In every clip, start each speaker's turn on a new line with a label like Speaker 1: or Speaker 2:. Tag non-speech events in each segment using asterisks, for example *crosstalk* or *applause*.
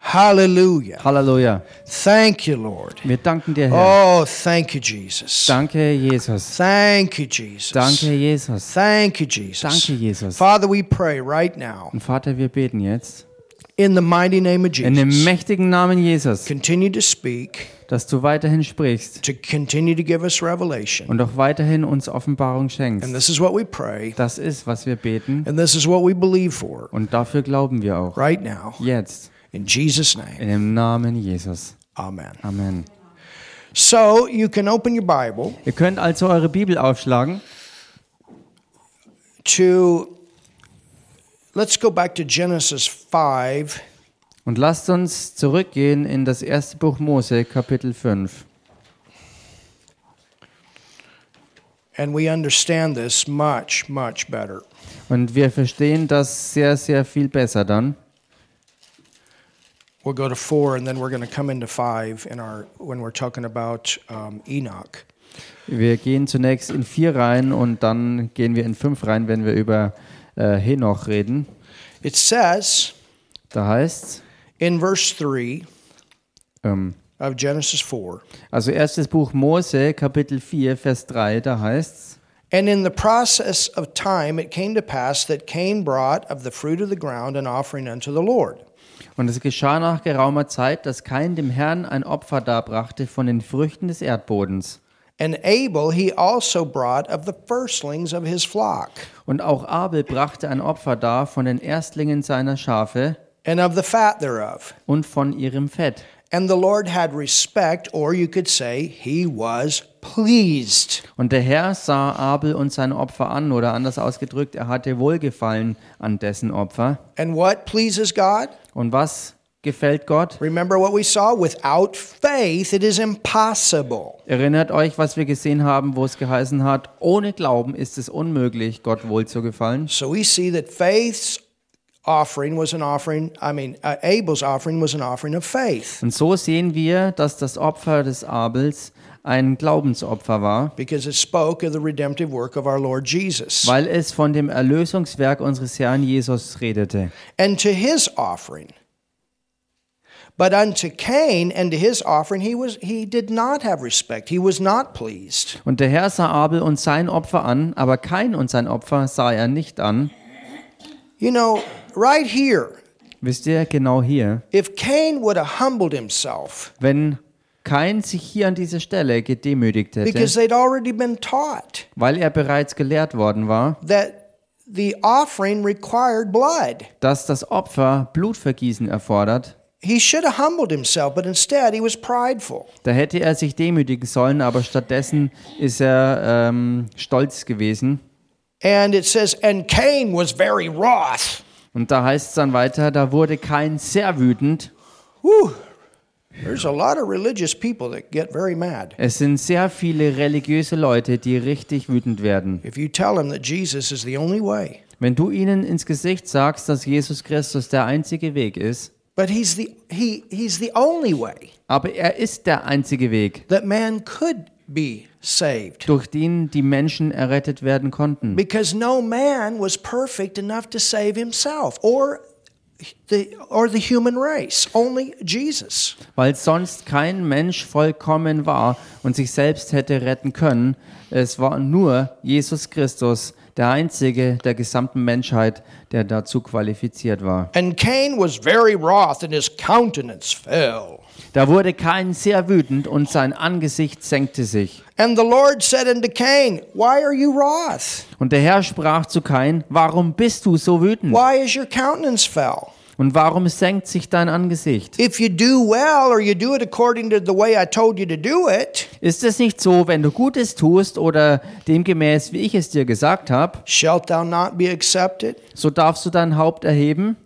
Speaker 1: Hallelujah.
Speaker 2: Halleluja.
Speaker 1: Thank you, Lord.
Speaker 2: Wir danken dir, Herr.
Speaker 1: Oh, thank you, Jesus.
Speaker 2: Danke, Herr Jesus.
Speaker 1: Thank you, Jesus.
Speaker 2: Danke, Herr Jesus.
Speaker 1: Thank you, Jesus.
Speaker 2: Danke, Jesus.
Speaker 1: Father, we pray right now
Speaker 2: Und Vater, wir beten jetzt
Speaker 1: in the mighty name of
Speaker 2: in dem
Speaker 1: Jesus.
Speaker 2: mächtigen Namen Jesus,
Speaker 1: Continue to speak,
Speaker 2: dass du weiterhin sprichst
Speaker 1: to continue to give us revelation.
Speaker 2: und auch weiterhin uns Offenbarung
Speaker 1: And
Speaker 2: schenkst.
Speaker 1: this is what we pray,
Speaker 2: Das ist, was wir beten
Speaker 1: and this is what we believe for
Speaker 2: und dafür glauben wir auch.
Speaker 1: right now.
Speaker 2: Jetzt,
Speaker 1: In Jesus' name,
Speaker 2: in dem Namen Jesus.
Speaker 1: amen.
Speaker 2: Amen.
Speaker 1: So you can open your Bible
Speaker 2: Ihr könnt also eure Bibel aufschlagen.
Speaker 1: to, let's go back to Genesis 5.
Speaker 2: Und lasst uns zurückgehen in das erste Buch Mose, Kapitel 5.
Speaker 1: And we understand this much, much better.
Speaker 2: Und wir verstehen das sehr, sehr viel besser dann.
Speaker 1: We'll go to four, and then we're going to come into five in our when we're talking about um, Enoch.
Speaker 2: Wir gehen zunächst in vier rein und dann gehen wir in fünf rein, wenn wir über äh, Henoch reden.
Speaker 1: It says
Speaker 2: Da heißt
Speaker 1: in verse three
Speaker 2: ähm,
Speaker 1: of Genesis four,
Speaker 2: also erstes Buch Mose, Kapitel 4, Vers 3, da heißt's,
Speaker 1: and in the process of time, it came to pass that Cain brought of the fruit of the ground an offering unto the Lord.
Speaker 2: und es geschah nach geraumer Zeit, dass Kain dem Herrn ein Opfer darbrachte von den Früchten des Erdbodens.
Speaker 1: And Abel he also brought of the firstlings of his flock,
Speaker 2: Und auch Abel brachte ein Opfer dar von den Erstlingen seiner Schafe
Speaker 1: and of the fat thereof.
Speaker 2: und von ihrem Fett.
Speaker 1: And the Lord had respect, or you could say, he was pleased.
Speaker 2: Und der Herr sah Abel und sein Opfer an, oder anders ausgedrückt, er hatte Wohlgefallen an dessen Opfer.
Speaker 1: And what pleases God?
Speaker 2: Und was gefällt Gott?
Speaker 1: Remember what we saw? Without faith, it is impossible.
Speaker 2: Erinnert euch, was wir gesehen haben, wo es geheißen hat, ohne Glauben ist es unmöglich, Gott wohl zu gefallen.
Speaker 1: So we see that faith's offering was an offering, I mean, uh, Abel's offering was an offering of faith
Speaker 2: Und so sehen wir, dass das Opfer des Abels ein Glaubensopfer war,
Speaker 1: because it spoke of the redemptive work of our Lord Jesus.
Speaker 2: weil es von dem Erlösungswerk unseres Herrn Jesus redete.
Speaker 1: And to his offering. But unto Cain and to his offering he was he did not have respect. He was not pleased.
Speaker 2: Und der Herr sah Abel und sein Opfer an, aber Kain und sein Opfer sah er nicht an.
Speaker 1: You know, right here,
Speaker 2: Wisst ihr genau hier,
Speaker 1: if Cain would have humbled himself,
Speaker 2: wenn Kain sich hier an dieser Stelle gedemütigt hätte,
Speaker 1: because they'd already been taught.
Speaker 2: weil er bereits gelehrt worden war,
Speaker 1: that the offering required blood.
Speaker 2: dass das Opfer Blutvergießen erfordert,
Speaker 1: He should have humbled himself, but instead he was prideful.
Speaker 2: da hätte er sich demütigen sollen, aber stattdessen ist er ähm, stolz gewesen.
Speaker 1: And it says, and Cain was very wroth.
Speaker 2: Und da heißt es dann weiter, da wurde Kain sehr wütend.
Speaker 1: Whew. There's a lot of religious people that get very mad.
Speaker 2: Es sind sehr viele religiöse Leute, die richtig wütend werden.
Speaker 1: If you tell them that Jesus is the only way,
Speaker 2: Wenn du ihnen ins Gesicht sagst, dass Jesus Christus der einzige Weg ist,
Speaker 1: but he's the, he, he's the only way
Speaker 2: aber er ist der einzige Weg,
Speaker 1: that man could be saved.
Speaker 2: durch den die Menschen errettet werden konnten.
Speaker 1: Because no man was perfect enough to save himself or the, or the human race, only Jesus.
Speaker 2: weil sonst kein Mensch vollkommen war und sich selbst hätte retten können. Es war nur Jesus Christus, der einzige der gesamten Menschheit, der dazu qualifiziert war.
Speaker 1: And Cain was very wroth, and his countenance fell.
Speaker 2: Da wurde Kain sehr wütend und sein Angesicht senkte sich.
Speaker 1: And the Lord said unto Cain, Why are you wroth?
Speaker 2: Und der Herr sprach zu Kain, warum bist du so wütend?
Speaker 1: Why is your countenance fell?
Speaker 2: Und warum senkt sich dein Angesicht?
Speaker 1: If you do well, or you do it according to the way I told you to do it,
Speaker 2: Ist es nicht so, wenn du Gutes tust oder demgemäß, wie ich es dir gesagt habe,
Speaker 1: shalt thou not be accepted?
Speaker 2: so darfst du dein Haupt erheben?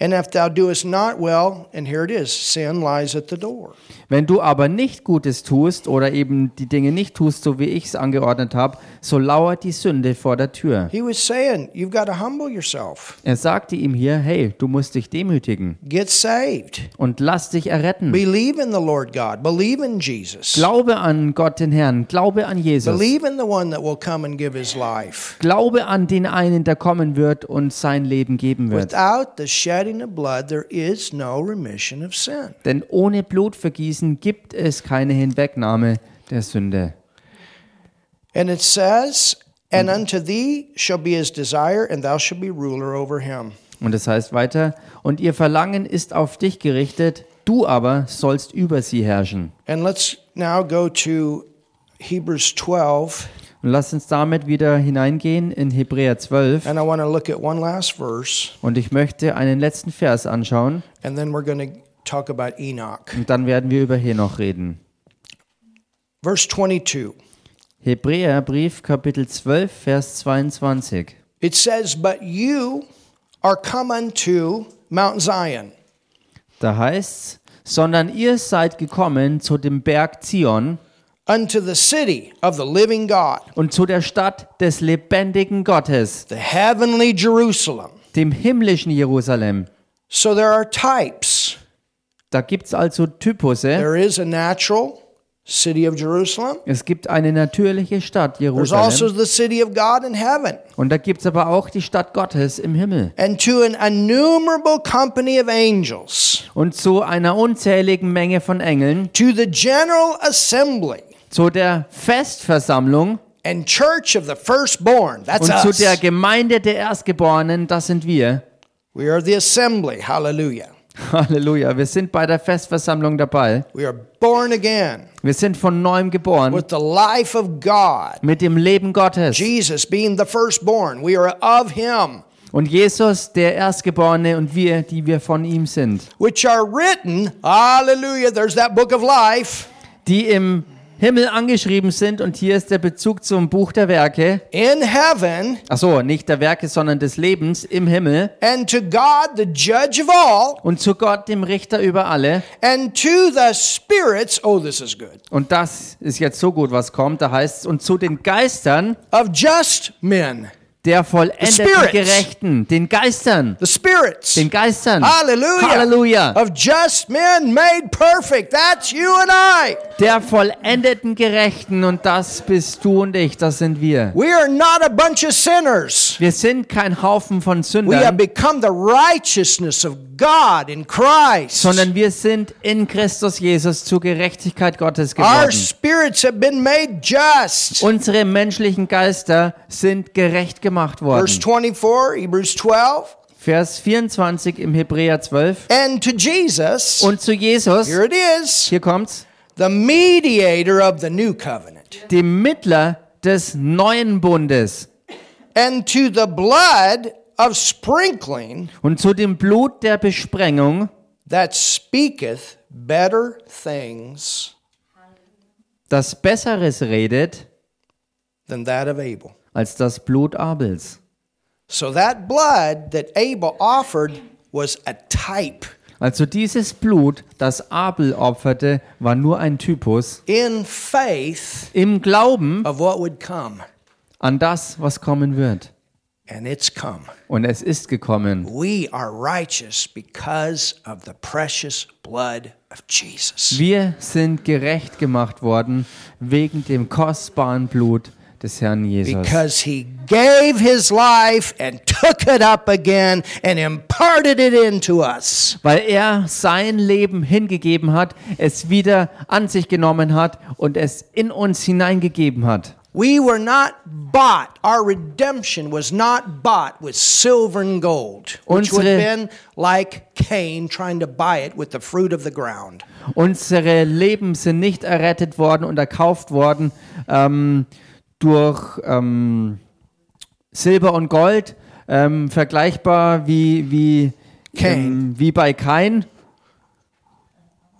Speaker 1: And if thou doest not well, and here it is, sin lies at the door.
Speaker 2: Wenn du aber nicht Gutes tust oder eben die Dinge nicht tust, so wie ich es angeordnet habe, so lauert die Sünde vor der Tür.
Speaker 1: He was saying, You've got to humble yourself,
Speaker 2: Er sagte ihm hier, hey, du musst dich demütigen
Speaker 1: get saved,
Speaker 2: und lass dich erretten.
Speaker 1: believe in the Lord God, believe in Jesus,
Speaker 2: Glaube an Gott den Herrn, glaube an Jesus,
Speaker 1: believe in the one that will come and give his life.
Speaker 2: glaube an den einen, der kommen wird und sein Leben geben wird.
Speaker 1: Without the shedding shedding of blood, there is no remission of sin.
Speaker 2: Denn ohne Blutvergießen gibt es keine Hinwegnahme der Sünde.
Speaker 1: And it says, And unto thee shall be his desire, and thou shalt be ruler over him.
Speaker 2: Und es heißt weiter, und ihr Verlangen ist auf dich gerichtet, du aber sollst über sie herrschen.
Speaker 1: And let's now go to Hebrews 12,
Speaker 2: Und lasst uns damit wieder hineingehen in Hebräer 12.
Speaker 1: and I want to look at one last verse,
Speaker 2: Und ich möchte einen letzten Vers anschauen
Speaker 1: and then we're going to talk about Enoch.
Speaker 2: und dann werden wir über Henoch reden.
Speaker 1: Verse 22.
Speaker 2: Hebräerbrief Kapitel 12, Vers 22.
Speaker 1: It says, But you are come unto Mount Zion,
Speaker 2: Da heißt's, sondern ihr seid gekommen zu dem Berg Zion
Speaker 1: unto the city of the living God,
Speaker 2: und zu der Stadt des lebendigen Gottes,
Speaker 1: the heavenly Jerusalem.
Speaker 2: dem himmlischen Jerusalem.
Speaker 1: So there are types.
Speaker 2: Da gibt's also Typusse.
Speaker 1: There is a natural city of Jerusalem.
Speaker 2: Es gibt eine natürliche Stadt
Speaker 1: There's also
Speaker 2: Jerusalem
Speaker 1: the city of God in heaven,
Speaker 2: und da gibt's aber auch die Stadt Gottes im Himmel
Speaker 1: and to an innumerable company of angels,
Speaker 2: und zu einer unzähligen Menge von Engeln,
Speaker 1: to the general assembly
Speaker 2: zu der Festversammlung
Speaker 1: and church of the firstborn. That's
Speaker 2: und zu
Speaker 1: us.
Speaker 2: der Gemeinde der Erstgeborenen, das sind wir. *laughs*
Speaker 1: We are the assembly. Hallelujah.
Speaker 2: Halleluja, wir sind bei der Festversammlung dabei.
Speaker 1: We are born again
Speaker 2: Wir sind von neuem geboren
Speaker 1: with the life of God.
Speaker 2: mit dem Leben Gottes.
Speaker 1: Jesus being the firstborn, we are of him,
Speaker 2: Und Jesus, der Erstgeborene und wir, die wir von ihm sind,
Speaker 1: which are written, hallelujah, there's that book of life
Speaker 2: die im Himmel angeschrieben sind. Und hier ist der Bezug zum Buch der Werke.
Speaker 1: in heaven,
Speaker 2: Ach so, nicht der Werke, sondern des Lebens im Himmel.
Speaker 1: and to God, the judge of all,
Speaker 2: Und zu Gott, dem Richter über alle.
Speaker 1: and to the spirits, oh, this is good,
Speaker 2: Und das ist jetzt so gut, was kommt. Da heißt es, und zu den Geistern
Speaker 1: of just men,
Speaker 2: der vollendeten
Speaker 1: Spirits.
Speaker 2: Gerechten. Den Geistern.
Speaker 1: the spirits.
Speaker 2: Den Geistern.
Speaker 1: Hallelujah.
Speaker 2: Halleluja.
Speaker 1: Of just men made perfect. That's you and I.
Speaker 2: der vollendeten Gerechten und das bist du und ich, das sind wir.
Speaker 1: We are not a bunch of sinners.
Speaker 2: Wir sind kein Haufen von
Speaker 1: We have
Speaker 2: Sündern,
Speaker 1: become the righteousness of God in Christ.
Speaker 2: sondern wir sind in Christus Jesus zur Gerechtigkeit Gottes
Speaker 1: Our
Speaker 2: geworden.
Speaker 1: spirits have been made just.
Speaker 2: Unsere menschlichen Geister sind gerecht gemacht
Speaker 1: Verse
Speaker 2: worden.
Speaker 1: 24, Hebrews 12.
Speaker 2: Vers 24 im Hebräer 12.
Speaker 1: And to Jesus,
Speaker 2: Und zu Jesus,
Speaker 1: here it is,
Speaker 2: hier kommt's,
Speaker 1: the mediator of the new covenant,
Speaker 2: dem Mittler des neuen Bundes
Speaker 1: and to the blood of sprinkling
Speaker 2: und zu dem Blut der Besprengung,
Speaker 1: that speaketh better things
Speaker 2: das Besseres redet
Speaker 1: than that of Abel.
Speaker 2: als das Blut Abels.
Speaker 1: So that blood that Abel offered was a type
Speaker 2: Also dieses Blut, das Abel opferte, war nur ein Typus
Speaker 1: in faith
Speaker 2: im Glauben
Speaker 1: of what would come.
Speaker 2: an das, was kommen wird.
Speaker 1: And it's come.
Speaker 2: Und es ist gekommen.
Speaker 1: We are righteous because of the precious blood of Jesus.
Speaker 2: Wir sind gerecht gemacht worden wegen dem kostbaren Blut des Herrn Jesus.
Speaker 1: Because he gave his life and took it up again and imparted it into us.
Speaker 2: Weil er sein Leben hingegeben hat, es wieder an sich genommen hat und es in uns hineingegeben hat.
Speaker 1: We were not bought, our redemption was not bought with silver and gold, which would have
Speaker 2: Unsere-
Speaker 1: been like Cain trying to buy it with the fruit of the ground.
Speaker 2: Unsere Leben sind nicht errettet worden und erkauft worden ähm, durch ähm, Silber und Gold, ähm, vergleichbar wie, wie, ähm, wie bei Kain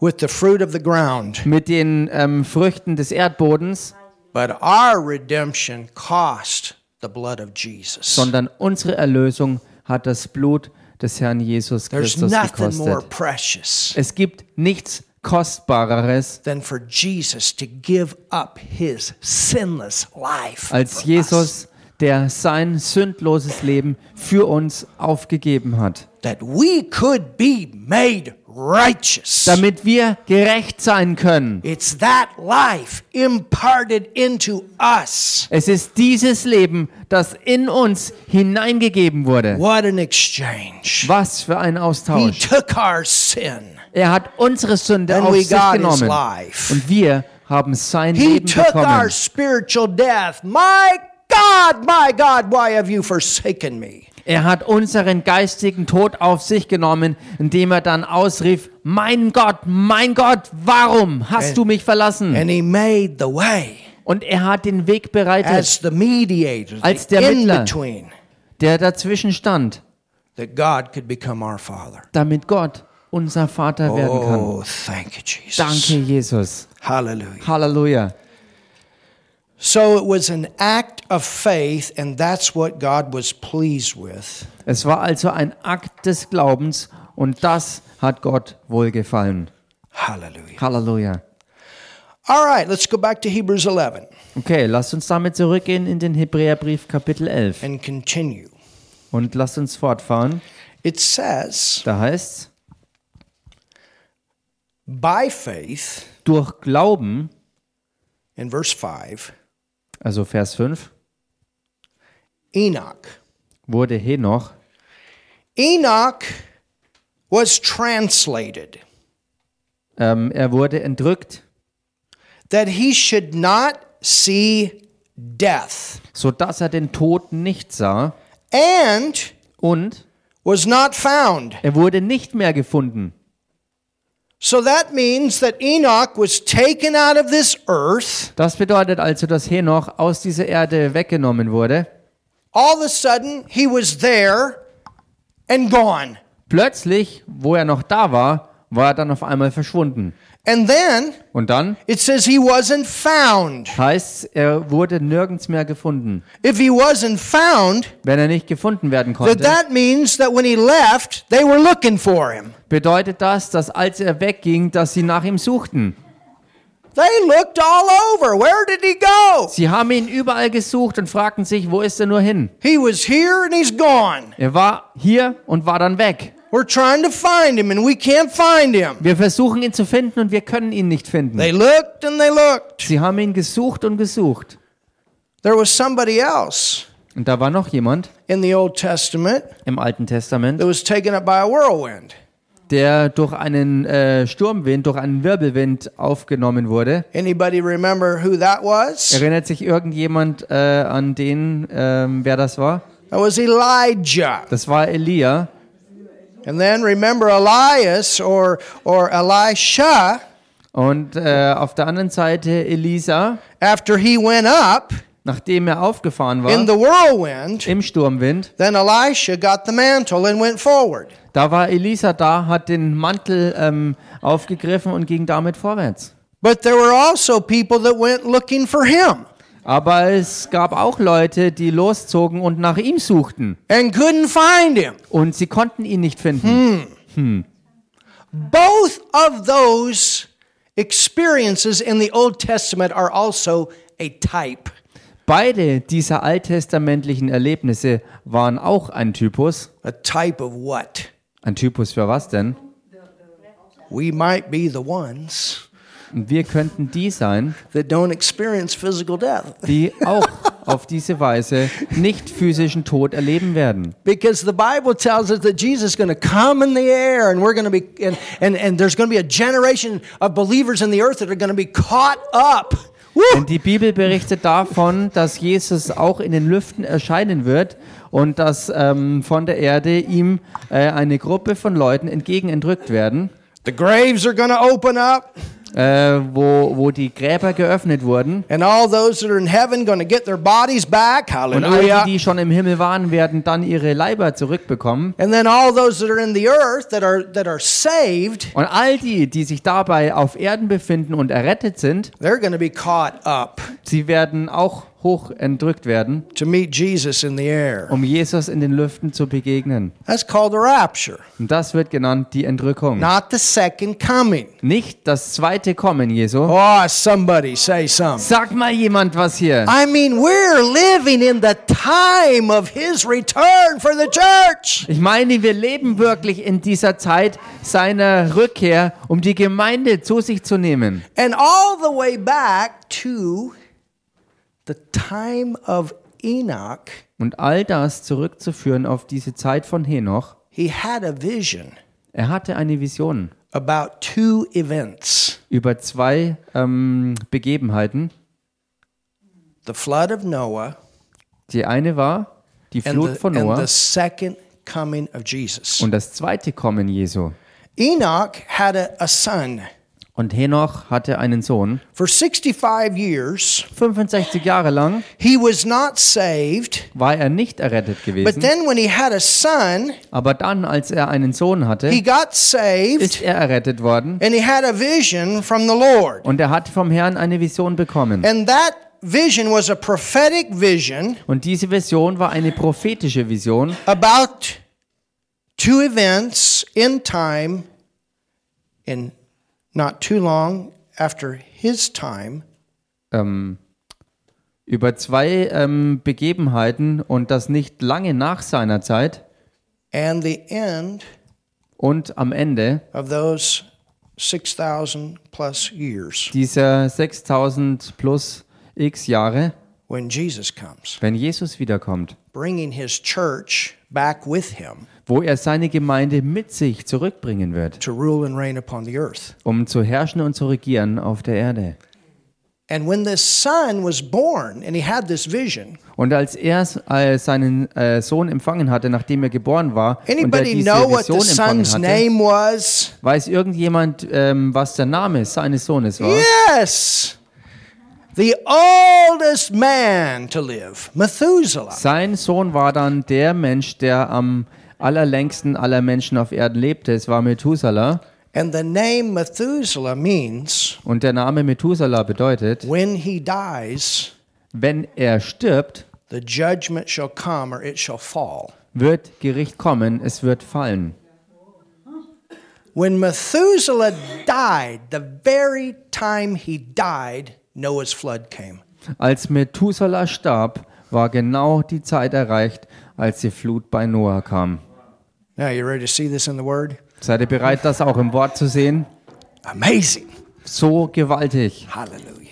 Speaker 1: With the fruit of the ground.
Speaker 2: mit den ähm, Früchten des Erdbodens,
Speaker 1: But our redemption cost the blood of Jesus.
Speaker 2: sondern unsere Erlösung hat das Blut des Herrn Jesus
Speaker 1: There's
Speaker 2: Christus
Speaker 1: nothing more
Speaker 2: gekostet.
Speaker 1: precious
Speaker 2: Es gibt nichts Kostbareres
Speaker 1: than for Jesus to give up his sinless life.
Speaker 2: als
Speaker 1: for us,
Speaker 2: Jesus, der sein sündloses Leben für uns aufgegeben hat.
Speaker 1: that we could be made righteous.
Speaker 2: damit wir gerecht sein können.
Speaker 1: It's that life imparted into us.
Speaker 2: Es ist dieses Leben, das in uns hineingegeben wurde.
Speaker 1: What an exchange.
Speaker 2: Was für ein
Speaker 1: He
Speaker 2: Austausch.
Speaker 1: took our sin.
Speaker 2: Er hat unsere Sünde
Speaker 1: And
Speaker 2: auf
Speaker 1: we
Speaker 2: sich
Speaker 1: got his
Speaker 2: genommen.
Speaker 1: life.
Speaker 2: Und wir haben sein
Speaker 1: He
Speaker 2: Leben
Speaker 1: took our
Speaker 2: bekommen.
Speaker 1: spiritual death. My God, my God, why have you forsaken me?
Speaker 2: Er hat unseren geistigen Tod auf sich genommen, indem er dann ausrief, mein Gott, mein Gott, warum hast du mich verlassen?
Speaker 1: And he made the way
Speaker 2: Und er hat den Weg bereitet,
Speaker 1: as the mediator,
Speaker 2: Als
Speaker 1: the
Speaker 2: der
Speaker 1: in
Speaker 2: Mittler.
Speaker 1: between,
Speaker 2: der dazwischen stand,
Speaker 1: that God could become our Father.
Speaker 2: damit Gott unser Vater werden kann.
Speaker 1: Oh, thank you, Jesus.
Speaker 2: Danke, Jesus.
Speaker 1: Hallelujah.
Speaker 2: Halleluja.
Speaker 1: So it was an act of faith, and that's what God was pleased with.
Speaker 2: Es war also ein Akt des Glaubens und das hat Gott wohlgefallen.
Speaker 1: Hallelujah.
Speaker 2: Halleluja.
Speaker 1: All right, let's go back to Hebrews 11
Speaker 2: Okay, lasst uns damit zurückgehen in den Hebräerbrief Kapitel 11
Speaker 1: and continue.
Speaker 2: und lasst uns fortfahren.
Speaker 1: It says,
Speaker 2: Da heißt's,
Speaker 1: by faith,
Speaker 2: durch Glauben
Speaker 1: in verse 5,
Speaker 2: also Vers 5,
Speaker 1: Enoch.
Speaker 2: wurde Henoch,
Speaker 1: Enoch was translated
Speaker 2: ähm, er wurde entrückt,
Speaker 1: that he should not see death
Speaker 2: sodass er den Tod nicht sah
Speaker 1: and
Speaker 2: und
Speaker 1: was not found.
Speaker 2: er wurde nicht mehr gefunden.
Speaker 1: So that means that Enoch was taken out of this earth.
Speaker 2: Das bedeutet also, dass Henoch aus dieser Erde weggenommen wurde.
Speaker 1: All of a sudden, he was there and gone.
Speaker 2: Plötzlich, wo er noch da war, war er dann auf einmal verschwunden.
Speaker 1: And then
Speaker 2: Und dann
Speaker 1: it says he wasn't found.
Speaker 2: heißt, er wurde nirgends mehr gefunden.
Speaker 1: If he wasn't found,
Speaker 2: Wenn er nicht gefunden werden
Speaker 1: that
Speaker 2: konnte,
Speaker 1: that means that when he left, they were looking for him.
Speaker 2: bedeutet das, dass als er wegging, dass sie nach ihm suchten.
Speaker 1: They looked all over. Where did he go?
Speaker 2: Sie haben ihn überall gesucht und fragten sich, wo ist er nur hin?
Speaker 1: He was here and he's gone.
Speaker 2: Er war hier und war dann weg.
Speaker 1: We're trying to find him and we can't find him.
Speaker 2: Wir versuchen ihn zu finden und wir können ihn nicht finden.
Speaker 1: They looked and they looked.
Speaker 2: Sie haben ihn gesucht und gesucht.
Speaker 1: There was somebody else
Speaker 2: Und da war noch jemand
Speaker 1: in the Old Testament
Speaker 2: im Alten
Speaker 1: that
Speaker 2: Testament,
Speaker 1: was taken up by a whirlwind.
Speaker 2: der durch einen äh, Sturmwind, durch einen Wirbelwind aufgenommen wurde.
Speaker 1: Anybody remember who that was?
Speaker 2: Erinnert sich irgendjemand äh, an den, ähm, wer das war?
Speaker 1: That was Elijah.
Speaker 2: Das war Elia.
Speaker 1: And then remember Elias or or Elisha
Speaker 2: Und äh, auf der anderen Seite Elisa,
Speaker 1: after he went up
Speaker 2: nachdem er aufgefahren
Speaker 1: in
Speaker 2: war
Speaker 1: the whirlwind,
Speaker 2: im Sturmwind,
Speaker 1: then Elisha got the mantle and went forward.
Speaker 2: da war Elisa da, hat den Mantel ähm, aufgegriffen und ging damit vorwärts.
Speaker 1: But there were also people that went looking for him
Speaker 2: Aber es gab auch Leute, die loszogen und nach ihm suchten.
Speaker 1: and couldn't find him.
Speaker 2: Und sie konnten ihn nicht finden.
Speaker 1: Hm. Both of those experiences in the Old Testament are also a type.
Speaker 2: Beide dieser alttestamentlichen Erlebnisse waren auch ein Typus.
Speaker 1: A type of what?
Speaker 2: Ein Typus für was denn?
Speaker 1: We might be the ones
Speaker 2: Und wir könnten die sein,
Speaker 1: that don't experience physical death
Speaker 2: die auch auf diese Weise nicht physischen Tod erleben werden.
Speaker 1: because the Bible tells us that Jesus is going to come in the air and we're going to be and, and and there's going to be a generation of believers in the earth that are going to be caught up. Woo!
Speaker 2: Denn die Bibel berichtet davon, dass Jesus auch in den Lüften erscheinen wird und dass ähm, von der Erde ihm äh, eine Gruppe von Leuten entgegenentrückt werden.
Speaker 1: The graves are going to open up
Speaker 2: äh, wo, wo die Gräber geöffnet wurden.
Speaker 1: and all those that are in heaven going to get their bodies back.
Speaker 2: Und all
Speaker 1: Hallelujah.
Speaker 2: die, die schon im Himmel waren, werden dann ihre Leiber zurückbekommen.
Speaker 1: And then all those that are in the earth that are that are saved,
Speaker 2: Und all die, die sich dabei auf Erden befinden und errettet sind,
Speaker 1: they're going to be caught up.
Speaker 2: sie werden auch hoch entrückt werden,
Speaker 1: to meet Jesus in the air.
Speaker 2: um Jesus in den Lüften zu begegnen.
Speaker 1: That's called the rapture,
Speaker 2: Und das wird genannt die Entrückung.
Speaker 1: not the second coming.
Speaker 2: Nicht das zweite Kommen Jesu.
Speaker 1: Oh, somebody say something.
Speaker 2: Sag mal jemand was hier.
Speaker 1: I mean, we're living in the time of his return for the church.
Speaker 2: Ich meine, wir leben wirklich in dieser Zeit seiner Rückkehr, um die Gemeinde zu sich zu nehmen.
Speaker 1: And all the way back to the time of Enoch,
Speaker 2: Und all das zurückzuführen auf diese Zeit von Henoch.
Speaker 1: he had a vision
Speaker 2: Er hatte eine Vision
Speaker 1: about two events
Speaker 2: über zwei ähm, Begebenheiten.
Speaker 1: the flood of Noah
Speaker 2: Die eine war die
Speaker 1: and
Speaker 2: Flut
Speaker 1: the,
Speaker 2: von
Speaker 1: and
Speaker 2: Noah
Speaker 1: the second coming of Jesus.
Speaker 2: und das zweite Kommen Jesu.
Speaker 1: Enoch had a, a son.
Speaker 2: Und Henoch hatte einen Sohn.
Speaker 1: For 65 years,
Speaker 2: 65 Jahre lang
Speaker 1: he was not saved.
Speaker 2: war er nicht errettet
Speaker 1: But
Speaker 2: gewesen.
Speaker 1: then, when he had a son,
Speaker 2: Aber dann, als er einen Sohn
Speaker 1: he
Speaker 2: hatte,
Speaker 1: got saved
Speaker 2: ist er errettet worden.
Speaker 1: and he had a vision from the Lord.
Speaker 2: Und er hat vom Herrn eine Vision bekommen.
Speaker 1: And that vision was a prophetic vision
Speaker 2: Und diese Vision war eine prophetische Vision
Speaker 1: about two events in time, in not too long after his time,
Speaker 2: ähm, über zwei ähm, Begebenheiten und das nicht lange nach seiner Zeit
Speaker 1: and the end
Speaker 2: und am Ende
Speaker 1: of those 6,000 plus years
Speaker 2: dieser 6000 plus x Jahre,
Speaker 1: when Jesus comes,
Speaker 2: wenn Jesus wiederkommt,
Speaker 1: bringing his church back with him
Speaker 2: wo er seine Gemeinde mit sich zurückbringen wird,
Speaker 1: to rule and reign upon the earth.
Speaker 2: um zu herrschen und zu regieren auf der Erde.
Speaker 1: And when this son was born and he had this vision,
Speaker 2: Und als er äh, seinen äh, Sohn empfangen hatte, nachdem er geboren war, und er
Speaker 1: anybody
Speaker 2: diese
Speaker 1: know what the
Speaker 2: Vision empfangen
Speaker 1: son's
Speaker 2: hatte,
Speaker 1: name was?
Speaker 2: Weiß irgendjemand, ähm, was der Name seines Sohnes war?
Speaker 1: Yes. The oldest man to live, Methuselah.
Speaker 2: Sein Sohn war dann der Mensch, der am allerlängsten aller Menschen auf Erden lebte. Es war Methuselah.
Speaker 1: And the name Methuselah means
Speaker 2: Und der Name Methuselah bedeutet,
Speaker 1: when he dies,
Speaker 2: wenn er stirbt,
Speaker 1: the judgment shall come or it shall fall.
Speaker 2: wird Gericht kommen, es wird fallen.
Speaker 1: When Methuselah died, the very time he died, Noah's flood came.
Speaker 2: Als Methuselah starb, war genau die Zeit erreicht, als die Flut bei Noah kam.
Speaker 1: Now, you ready to see this in the Word?
Speaker 2: Seid ihr bereit, das auch im Wort zu sehen?
Speaker 1: Amazing.
Speaker 2: So gewaltig.
Speaker 1: Hallelujah.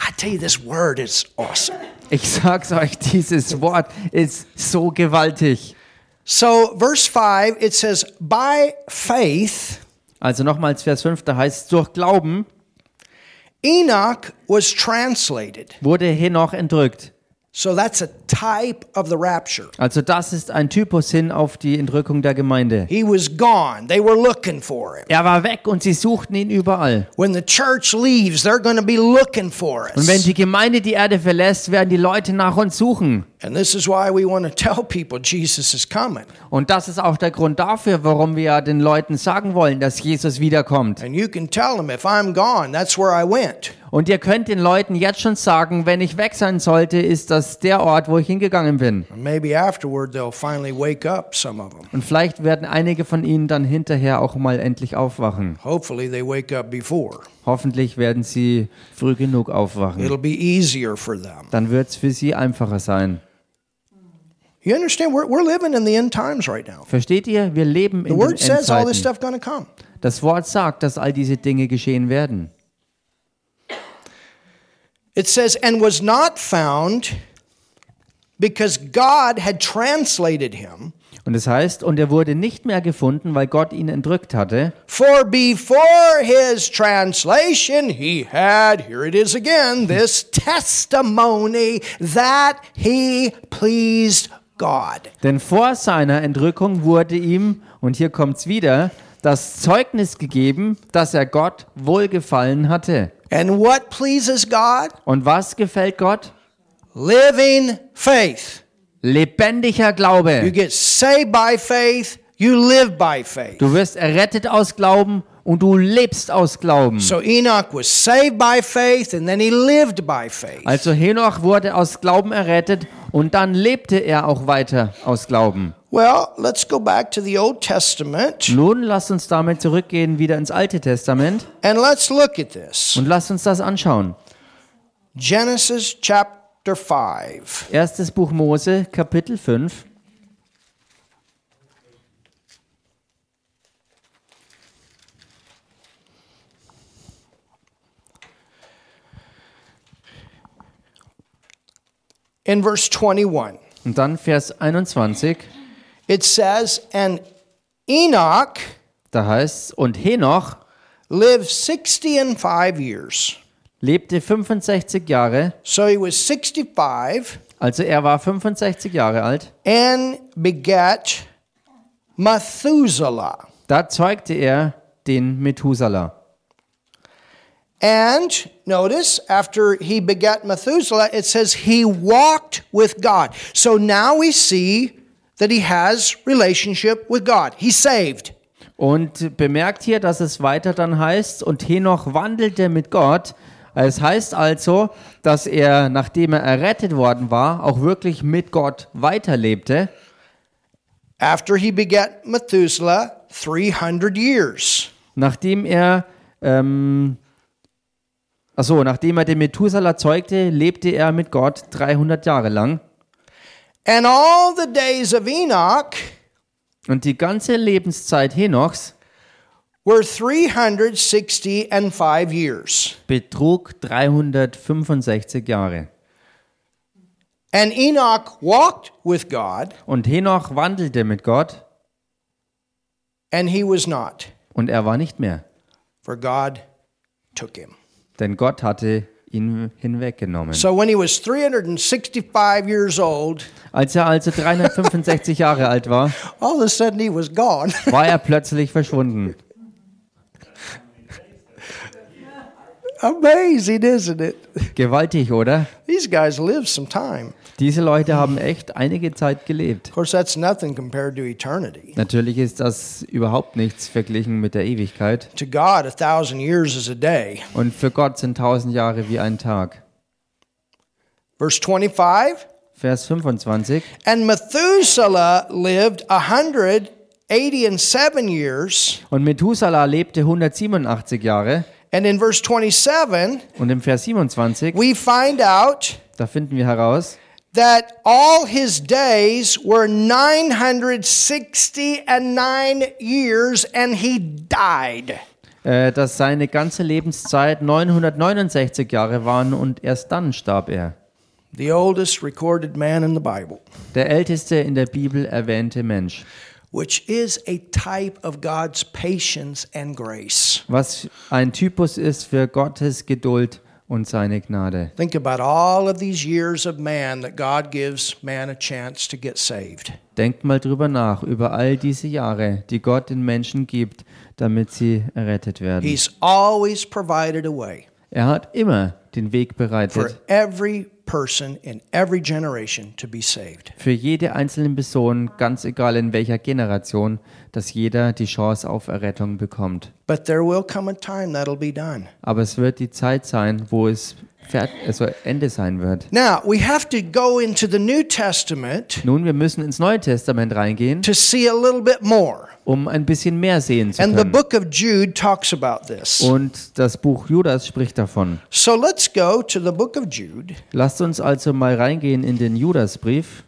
Speaker 1: I tell you, this Word is awesome.
Speaker 2: Ich sag's euch, dieses Wort ist so gewaltig.
Speaker 1: So, verse 5, it says, By faith,
Speaker 2: Also nochmals Vers 5, da heißt es, durch Glauben
Speaker 1: Enoch was translated.
Speaker 2: wurde Henoch entrückt.
Speaker 1: So, that's a type of the rapture.
Speaker 2: Also das ist ein Typus hin auf die Entrückung der Gemeinde.
Speaker 1: He was gone. They were looking for him.
Speaker 2: Er war weg und sie suchten ihn überall.
Speaker 1: When the church leaves, they're going to be looking for
Speaker 2: Und wenn
Speaker 1: us.
Speaker 2: die Gemeinde die Erde verlässt, werden die Leute nach uns suchen.
Speaker 1: And this is why we want to tell people Jesus is coming.
Speaker 2: Und das ist auch der Grund dafür, warum wir ja den Leuten sagen wollen, dass Jesus wiederkommt.
Speaker 1: And you can tell them, if I'm gone, that's where I went.
Speaker 2: Und ihr könnt den Leuten jetzt schon sagen, wenn ich weg sein sollte, ist das der Ort, wo ich hingegangen bin.
Speaker 1: And maybe afterward, they'll finally wake up, some of them.
Speaker 2: Und vielleicht werden einige von ihnen dann hinterher auch mal endlich aufwachen.
Speaker 1: Hopefully, they wake up before.
Speaker 2: Hoffentlich werden sie früh genug aufwachen.
Speaker 1: It'll be easier for them.
Speaker 2: Dann wird es für sie einfacher sein.
Speaker 1: You understand? We're, we're living in the end times right now.
Speaker 2: Versteht ihr? Wir leben
Speaker 1: The
Speaker 2: in den
Speaker 1: word says all this
Speaker 2: Endzeiten.
Speaker 1: stuff going to come.
Speaker 2: Das Wort sagt, dass all diese Dinge geschehen werden.
Speaker 1: It says, and was not found because God had translated him.
Speaker 2: Und es heißt, und er wurde nicht mehr gefunden, weil Gott ihn entrückt hatte.
Speaker 1: For before his translation, he had, here it is again, this testimony that he pleased God.
Speaker 2: Denn vor seiner Entrückung wurde ihm, und hier kommt's wieder, das Zeugnis gegeben, dass er Gott wohlgefallen hatte.
Speaker 1: And what pleases God?
Speaker 2: Und was gefällt Gott?
Speaker 1: Living faith.
Speaker 2: Lebendiger Glaube.
Speaker 1: You get saved by faith, you live by faith.
Speaker 2: Du wirst errettet aus Glauben und du lebst aus Glauben.
Speaker 1: So Enoch was saved by faith and then he lived by faith.
Speaker 2: Also Henoch wurde aus Glauben errettet und dann lebte er auch weiter aus Glauben.
Speaker 1: Well, let's go back to the Old Testament
Speaker 2: Nun lasst uns damit zurückgehen wieder ins Alte Testament
Speaker 1: and let's look at this.
Speaker 2: und lasst uns das anschauen.
Speaker 1: Genesis chapter 5.
Speaker 2: Erstes Buch Mose, Kapitel 5.
Speaker 1: In verse 21,
Speaker 2: Und dann Vers 21,
Speaker 1: it says, And Enoch
Speaker 2: da heißt und Henoch
Speaker 1: lived 60 and 5 years.
Speaker 2: lebte 65 Jahre,
Speaker 1: So he was 65
Speaker 2: also er war 65 Jahre alt,
Speaker 1: and begat Methuselah.
Speaker 2: da zeugte er den Methuselah.
Speaker 1: And notice, after he begat Methuselah, it says he walked with God. So now we see that he has relationship with God. He's saved.
Speaker 2: Und bemerkt hier, dass es weiter dann heißt, und Henoch wandelte mit Gott. Es heißt also, dass er, nachdem er errettet worden war, auch wirklich mit Gott weiterlebte.
Speaker 1: After he begat Methuselah, 300 years.
Speaker 2: Nachdem er, ähm, achso, nachdem er den Methuselah zeugte, lebte er mit Gott 300 Jahre lang.
Speaker 1: And all the days of Enoch
Speaker 2: Und die ganze Lebenszeit Henochs
Speaker 1: were 360 and 5 years.
Speaker 2: betrug 365 Jahre.
Speaker 1: And Enoch walked with God,
Speaker 2: Und Henoch wandelte mit Gott
Speaker 1: and he was not,
Speaker 2: und er war nicht mehr.
Speaker 1: for God took him.
Speaker 2: denn Gott hatte ihn hinweggenommen.
Speaker 1: So when he was 365 years old,
Speaker 2: Als er also 365 Jahre alt war,
Speaker 1: all of a sudden he was gone. *laughs*
Speaker 2: war er plötzlich verschwunden.
Speaker 1: Amazing, isn't it?
Speaker 2: Gewaltig, oder?
Speaker 1: These guys lived some time.
Speaker 2: Diese Leute haben echt einige Zeit gelebt.
Speaker 1: Of course, that's nothing compared to eternity.
Speaker 2: Natürlich ist das überhaupt nichts verglichen mit der Ewigkeit.
Speaker 1: To God, a thousand years is a day.
Speaker 2: Und für Gott sind 1000 Jahre wie ein Tag.
Speaker 1: Verse 25
Speaker 2: Vers 25.
Speaker 1: And Methuselah lived a 180 and seven years.
Speaker 2: Und Methuselah lebte 187 Jahre.
Speaker 1: And in verse 27,
Speaker 2: Und im Vers 27,
Speaker 1: we find out
Speaker 2: da finden wir heraus,
Speaker 1: that all his days were 960 and nine years, and he died.
Speaker 2: äh, dass seine ganze Lebenszeit 969 Jahre waren und erst dann starb er.
Speaker 1: The oldest recorded man in the Bible,
Speaker 2: Der älteste in der Bibel erwähnte Mensch,
Speaker 1: which is a type of God's patience and grace.
Speaker 2: was ein Typus ist für Gottes Geduld und seine Gnade.
Speaker 1: Think about all of these years of man that God gives man a chance to get saved.
Speaker 2: Denkt mal drüber nach, über all diese Jahre, die Gott den Menschen gibt, damit sie errettet werden.
Speaker 1: He's always provided a way
Speaker 2: Er hat immer den Weg
Speaker 1: for
Speaker 2: bereitet,
Speaker 1: every person in every generation to be saved.
Speaker 2: für jede einzelne Person, ganz egal in welcher Generation, dass jeder die Chance auf Errettung bekommt.
Speaker 1: But there will come a time that'll be done.
Speaker 2: Aber es wird die Zeit sein, wo es fert- also Ende sein wird.
Speaker 1: Now, we have to go into the New Testament
Speaker 2: Nun, wir müssen ins Neue Testament reingehen,
Speaker 1: to see a little bit more.
Speaker 2: um ein bisschen mehr sehen zu
Speaker 1: And the
Speaker 2: können.
Speaker 1: book of Jude talks about this.
Speaker 2: Und das Buch Judas spricht davon.
Speaker 1: So let's go to the book of Jude.
Speaker 2: Lasst uns also mal reingehen in den Judasbrief.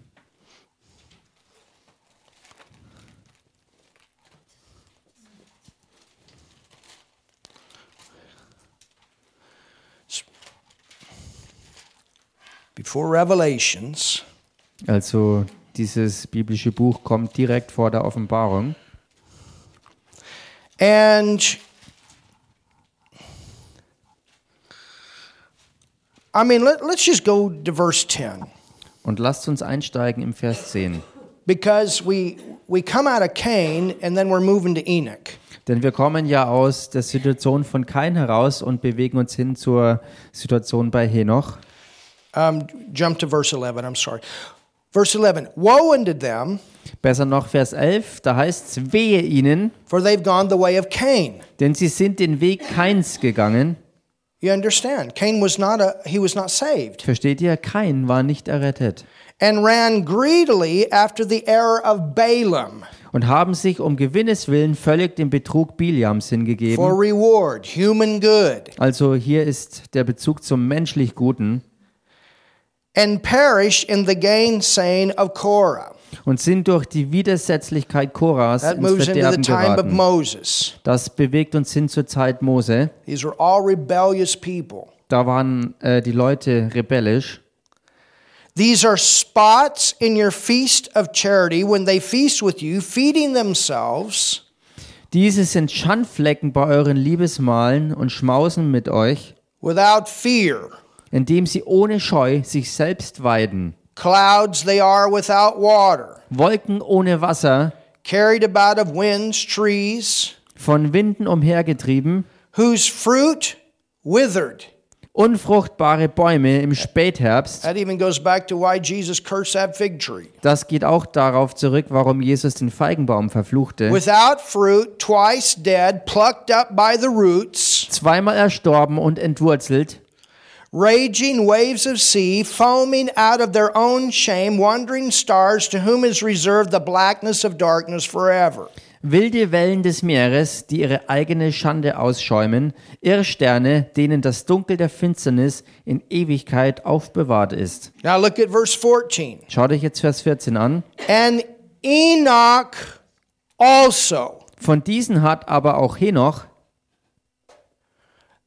Speaker 1: Before Revelations,
Speaker 2: Also dieses biblische Buch kommt direkt vor der Offenbarung.
Speaker 1: And I mean, let, let's just go to verse 10
Speaker 2: Und lasst uns einsteigen im Vers 10.
Speaker 1: because we, we come out of Cain and then we're moving to Enoch.
Speaker 2: Denn wir kommen ja aus der Situation von Kain heraus und bewegen uns hin zur Situation bei Henoch.
Speaker 1: Um, jump to verse 11, I'm sorry. Verse 11 Woe unto them,
Speaker 2: Besser noch Vers 11, da heißt es, wehe ihnen,
Speaker 1: for they've gone the way of Cain.
Speaker 2: denn sie sind den Weg Keins gegangen.
Speaker 1: You understand? Cain was not a he was not saved
Speaker 2: Versteht ihr? Kein war nicht errettet.
Speaker 1: and ran greedily after the error of Balaam
Speaker 2: Und haben sich um Gewinnes willen völlig dem Betrug Biliams hingegeben.
Speaker 1: for reward, human good,
Speaker 2: Also hier ist der Bezug zum menschlich Guten
Speaker 1: and perish in the gainsaying of Korah.
Speaker 2: und sind durch die Widersetzlichkeit Koras
Speaker 1: That
Speaker 2: ins
Speaker 1: moves into the
Speaker 2: Verderben
Speaker 1: time of
Speaker 2: geraten.
Speaker 1: Moses.
Speaker 2: Das bewegt uns hin zur Zeit Mose.
Speaker 1: These are all rebellious people.
Speaker 2: Da waren äh, die Leute rebellisch.
Speaker 1: These are spots in your feast of charity when they feast with you, feeding themselves
Speaker 2: Diese sind Schandflecken bei euren Liebesmahlen und schmausen mit euch,
Speaker 1: without fear.
Speaker 2: indem sie ohne Scheu sich selbst weiden.
Speaker 1: Clouds they are without water,
Speaker 2: Wolken ohne Wasser,
Speaker 1: carried about of winds, trees,
Speaker 2: von Winden umhergetrieben,
Speaker 1: whose fruit withered.
Speaker 2: unfruchtbare Bäume im Spätherbst.
Speaker 1: That even goes back to why Jesus cursed that fig tree.
Speaker 2: Das geht auch darauf zurück, warum Jesus den Feigenbaum verfluchte.
Speaker 1: Without fruit, twice dead, plucked up by the roots,
Speaker 2: Zweimal erstorben und entwurzelt,
Speaker 1: raging waves of sea, foaming out of their own shame, wandering stars to whom is reserved the blackness of darkness forever.
Speaker 2: wilde Wellen des Meeres, die ihre eigene Schande ausschäumen, Irrsterne, denen das Dunkel der Finsternis in Ewigkeit aufbewahrt ist.
Speaker 1: Now look at verse 14.
Speaker 2: Schaut euch jetzt Vers 14 an.
Speaker 1: And Enoch also,
Speaker 2: Von diesen hat aber auch Henoch,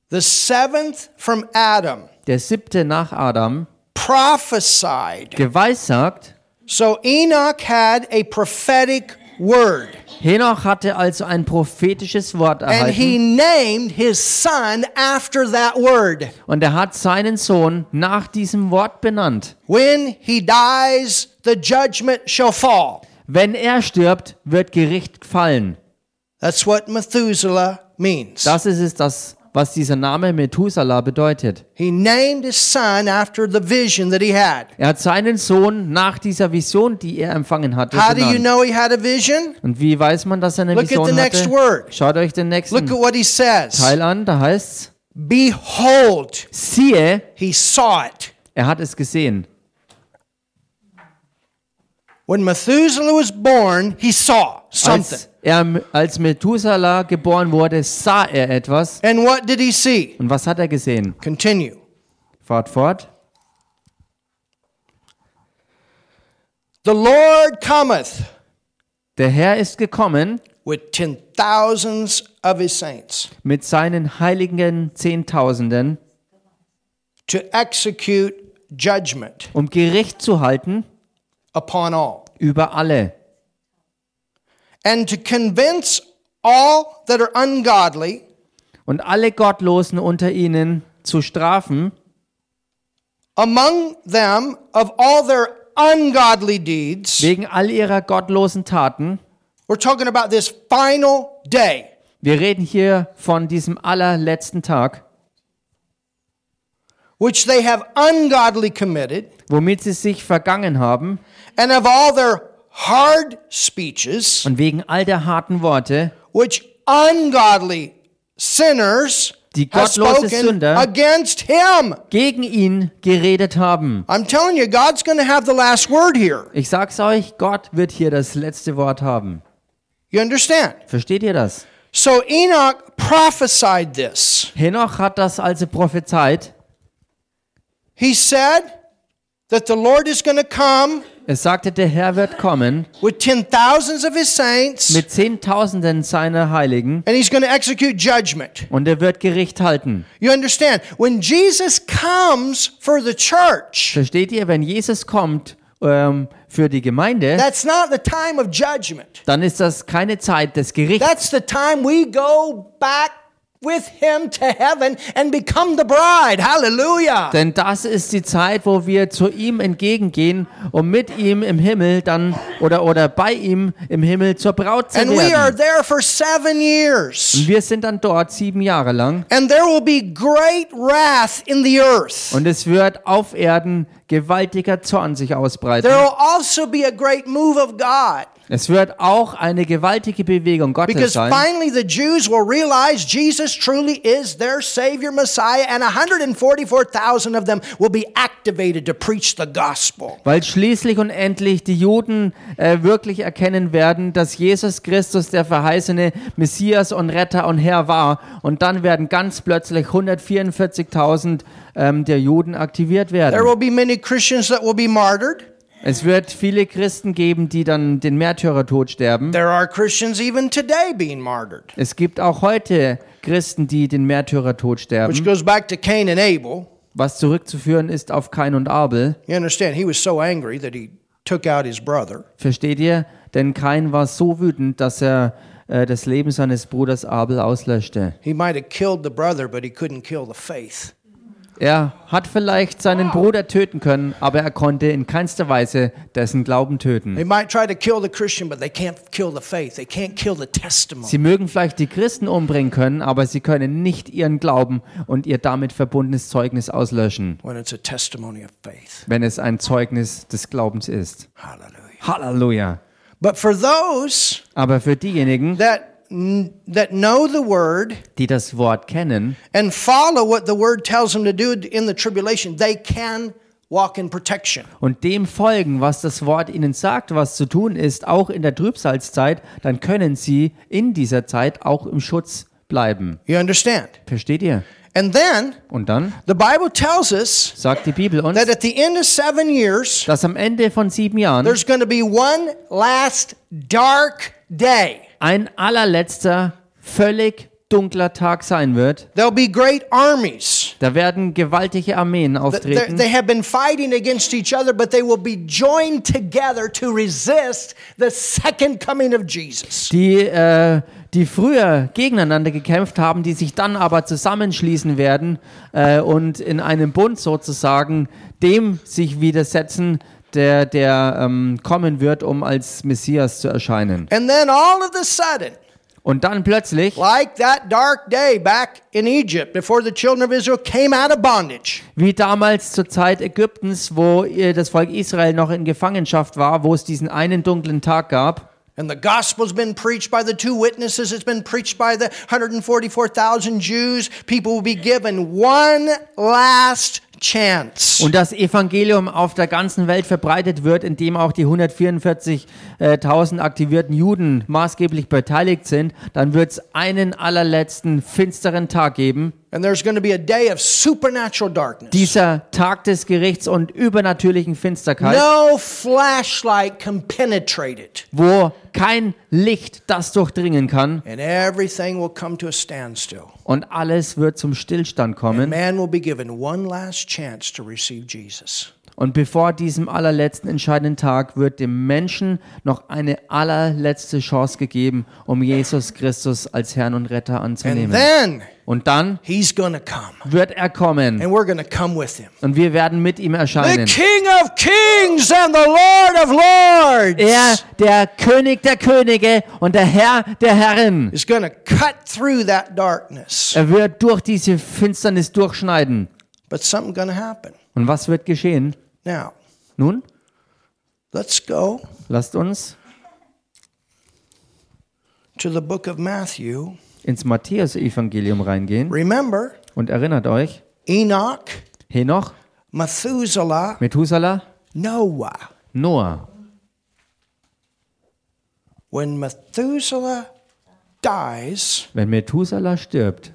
Speaker 1: the seventh from Adam,
Speaker 2: der siebte nach Adam,
Speaker 1: prophesied.
Speaker 2: geweissagt,
Speaker 1: So Enoch had a prophetic word,
Speaker 2: Henoch hatte also ein prophetisches Wort
Speaker 1: and
Speaker 2: erhalten
Speaker 1: he named his son after that word.
Speaker 2: und er hat seinen Sohn nach diesem Wort benannt.
Speaker 1: When he dies, the judgment shall fall.
Speaker 2: Wenn er stirbt, wird Gericht fallen.
Speaker 1: That's what Methuselah means.
Speaker 2: Das ist es, das, was dieser Name Methuselah bedeutet.
Speaker 1: He named his son after the vision that he had.
Speaker 2: Er hat seinen Sohn nach dieser Vision, die er empfangen hatte,
Speaker 1: How do you
Speaker 2: benannt.
Speaker 1: know he had a vision?
Speaker 2: Und wie weiß man, dass er eine
Speaker 1: Look at the
Speaker 2: Vision
Speaker 1: next
Speaker 2: hatte?
Speaker 1: word.
Speaker 2: Schaut euch den
Speaker 1: Look at
Speaker 2: nächsten
Speaker 1: what he says.
Speaker 2: Teil an, da heißt's:
Speaker 1: Behold,
Speaker 2: Siehe,
Speaker 1: he saw it.
Speaker 2: er hat es gesehen.
Speaker 1: When Methuselah was born, he saw something.
Speaker 2: Als, er, als Methuselah geboren wurde, sah er etwas.
Speaker 1: And what did he see?
Speaker 2: Und was hat er gesehen?
Speaker 1: Continue.
Speaker 2: Fahrt fort.
Speaker 1: The Lord cometh
Speaker 2: Der Herr ist gekommen
Speaker 1: with ten thousands of his saints
Speaker 2: mit seinen heiligen Zehntausenden,
Speaker 1: to execute judgment
Speaker 2: um Gericht zu halten
Speaker 1: upon all
Speaker 2: über alle
Speaker 1: and to convince all that are ungodly
Speaker 2: und alle Gottlosen unter ihnen zu strafen
Speaker 1: among them of all their ungodly deeds.
Speaker 2: wegen all ihrer gottlosen Taten.
Speaker 1: We're talking about this final day.
Speaker 2: Wir reden hier von diesem allerletzten Tag,
Speaker 1: Which they have ungodly committed,
Speaker 2: womit sie sich vergangen haben
Speaker 1: and of all their hard speeches,
Speaker 2: und wegen all der harten Worte,
Speaker 1: which ungodly sinners
Speaker 2: Die
Speaker 1: have spoken
Speaker 2: gottlose Sünder-
Speaker 1: against him.
Speaker 2: gegen ihn geredet haben.
Speaker 1: I'm telling you, God's going to have the last word here.
Speaker 2: Ich sag's euch, Gott wird hier das letzte Wort haben.
Speaker 1: You understand?
Speaker 2: Versteht ihr das?
Speaker 1: So Enoch prophesied this.
Speaker 2: Henoch hat das also prophezeit.
Speaker 1: He said that the Lord is going to come
Speaker 2: Er sagte, der Herr wird kommen
Speaker 1: with ten thousands of his saints,
Speaker 2: mit Zehntausenden seiner Heiligen
Speaker 1: and he's going to execute judgment.
Speaker 2: und er wird Gericht halten.
Speaker 1: You understand? When Jesus comes for the church,
Speaker 2: Versteht ihr, wenn Jesus kommt ähm, für die Gemeinde,
Speaker 1: that's not the time of judgment.
Speaker 2: dann ist das keine Zeit des Gerichts.
Speaker 1: That's the time we go back with him to heaven and become the bride. Hallelujah.
Speaker 2: Denn das ist die Zeit, wo wir zu ihm entgegengehen, um mit ihm im Himmel dann oder oder bei ihm im Himmel zur Braut zu
Speaker 1: And we are
Speaker 2: werden.
Speaker 1: there for seven years.
Speaker 2: Und wir sind dann dort sieben Jahre lang
Speaker 1: And there will be great wrath in the earth.
Speaker 2: und es wird auf Erden gewaltiger Zorn sich ausbreiten.
Speaker 1: There will also be a great move of God.
Speaker 2: Es wird auch eine gewaltige Bewegung Gottes
Speaker 1: Because
Speaker 2: sein,
Speaker 1: finally the Jews will realize Jesus truly is their Savior, Messiah, and 144,000 of them will be activated to preach the gospel.
Speaker 2: weil schließlich und endlich die Juden äh, wirklich erkennen werden, dass Jesus Christus der verheißene Messias und Retter und Herr war. Und dann werden ganz plötzlich 144.000 ähm, der Juden aktiviert
Speaker 1: There
Speaker 2: werden.
Speaker 1: will be many Christians that will be martyred.
Speaker 2: Es wird viele Christen geben, die dann den Märtyrertod sterben.
Speaker 1: There are Christians even today being martyred,
Speaker 2: Es gibt auch heute Christen, die den Märtyrertod
Speaker 1: which
Speaker 2: sterben,
Speaker 1: goes back to Cain and Abel.
Speaker 2: was zurückzuführen ist auf Kain und Abel.
Speaker 1: You understand, he was so angry that he took out his brother.
Speaker 2: Versteht ihr? Denn Kain war so wütend, dass er äh, das Leben seines Bruders Abel auslöschte.
Speaker 1: He might have killed the brother, but he couldn't kill the faith.
Speaker 2: Er hat vielleicht seinen Bruder töten können, aber er konnte in keinster Weise dessen Glauben töten.
Speaker 1: They might try to kill the Christian, but they can't kill the faith. They can't kill the testimony.
Speaker 2: Sie mögen vielleicht die Christen umbringen können, aber sie können nicht ihren Glauben und ihr damit verbundenes Zeugnis auslöschen,
Speaker 1: When it's a testimony of faith.
Speaker 2: wenn es ein Zeugnis des Glaubens ist.
Speaker 1: Hallelujah.
Speaker 2: Halleluja!
Speaker 1: But for those
Speaker 2: Aber für diejenigen,
Speaker 1: that that know the word
Speaker 2: die das Wort kennen
Speaker 1: and follow what the word tells them to do in the tribulation, they can walk in protection.
Speaker 2: und dem folgen, was das Wort ihnen sagt, was zu tun ist, auch in der Trübsalzeit, dann können sie in dieser Zeit auch im Schutz bleiben.
Speaker 1: You understand?
Speaker 2: Versteht ihr?
Speaker 1: And then
Speaker 2: Und dann
Speaker 1: the Bible tells us
Speaker 2: sagt die Bibel uns,
Speaker 1: that at the end of 7 years
Speaker 2: dass am Ende von sieben Jahren
Speaker 1: there's going to be one last dark day.
Speaker 2: ein allerletzter, völlig dunkler Tag sein wird.
Speaker 1: There'll be great armies.
Speaker 2: Da werden gewaltige Armeen
Speaker 1: They're-
Speaker 2: auftreten.
Speaker 1: They have been fighting against each other, but they will be joined together to resist the second coming of Jesus.
Speaker 2: die, äh, die früher gegeneinander gekämpft haben, die sich dann aber zusammenschließen werden äh, und in einem Bund sozusagen dem sich widersetzen, der, der ähm, kommen wird, um als Messias zu erscheinen.
Speaker 1: And then all of a sudden,
Speaker 2: Und dann plötzlich,
Speaker 1: like that dark day back in Egypt before the children of Israel came out of bondage,
Speaker 2: wie damals zur Zeit Ägyptens, wo ihr das Volk Israel noch in Gefangenschaft war, wo es diesen einen dunklen Tag gab,
Speaker 1: and the gospel's been preached by the two witnesses, it's been preached by the 144,000 Jews, people will be given one last chance.
Speaker 2: Und das Evangelium auf der ganzen Welt verbreitet wird, indem auch die 144.000 aktivierten Juden maßgeblich beteiligt sind, dann wird es einen allerletzten finsteren Tag geben.
Speaker 1: And there's going to be a day of supernatural darkness.
Speaker 2: Dieser Tag des Gerichts und übernatürlichen Finsterkeit,
Speaker 1: No flashlight can penetrate it.
Speaker 2: wo kein Licht das durchdringen kann
Speaker 1: And everything will come to a standstill.
Speaker 2: und alles wird zum Stillstand kommen.
Speaker 1: Man will be given one last chance to receive Jesus.
Speaker 2: Und bevor diesem allerletzten entscheidenden Tag wird dem Menschen noch eine allerletzte Chance gegeben, um Jesus Christus als Herrn und Retter
Speaker 1: And
Speaker 2: anzunehmen.
Speaker 1: then
Speaker 2: Und dann
Speaker 1: he's going to come.
Speaker 2: wird er kommen
Speaker 1: and we're going to come with him.
Speaker 2: und wir werden mit ihm
Speaker 1: The
Speaker 2: erscheinen.
Speaker 1: King of Kings and the Lord of Lords
Speaker 2: Er, der König der Könige und der Herr der Herren.
Speaker 1: is going to cut through that darkness.
Speaker 2: Er wird durch diese Finsternis durchschneiden.
Speaker 1: But something's going to happen.
Speaker 2: Und was wird geschehen?
Speaker 1: Now,
Speaker 2: Nun,
Speaker 1: let's go
Speaker 2: lasst uns
Speaker 1: to the book of Matthew.
Speaker 2: ins Matthäus-Evangelium reingehen
Speaker 1: Remember,
Speaker 2: und erinnert euch,
Speaker 1: Enoch,
Speaker 2: Henoch,
Speaker 1: Methuselah,
Speaker 2: Methuselah,
Speaker 1: Noah.
Speaker 2: Noah.
Speaker 1: When Methuselah dies,
Speaker 2: Wenn Methuselah stirbt,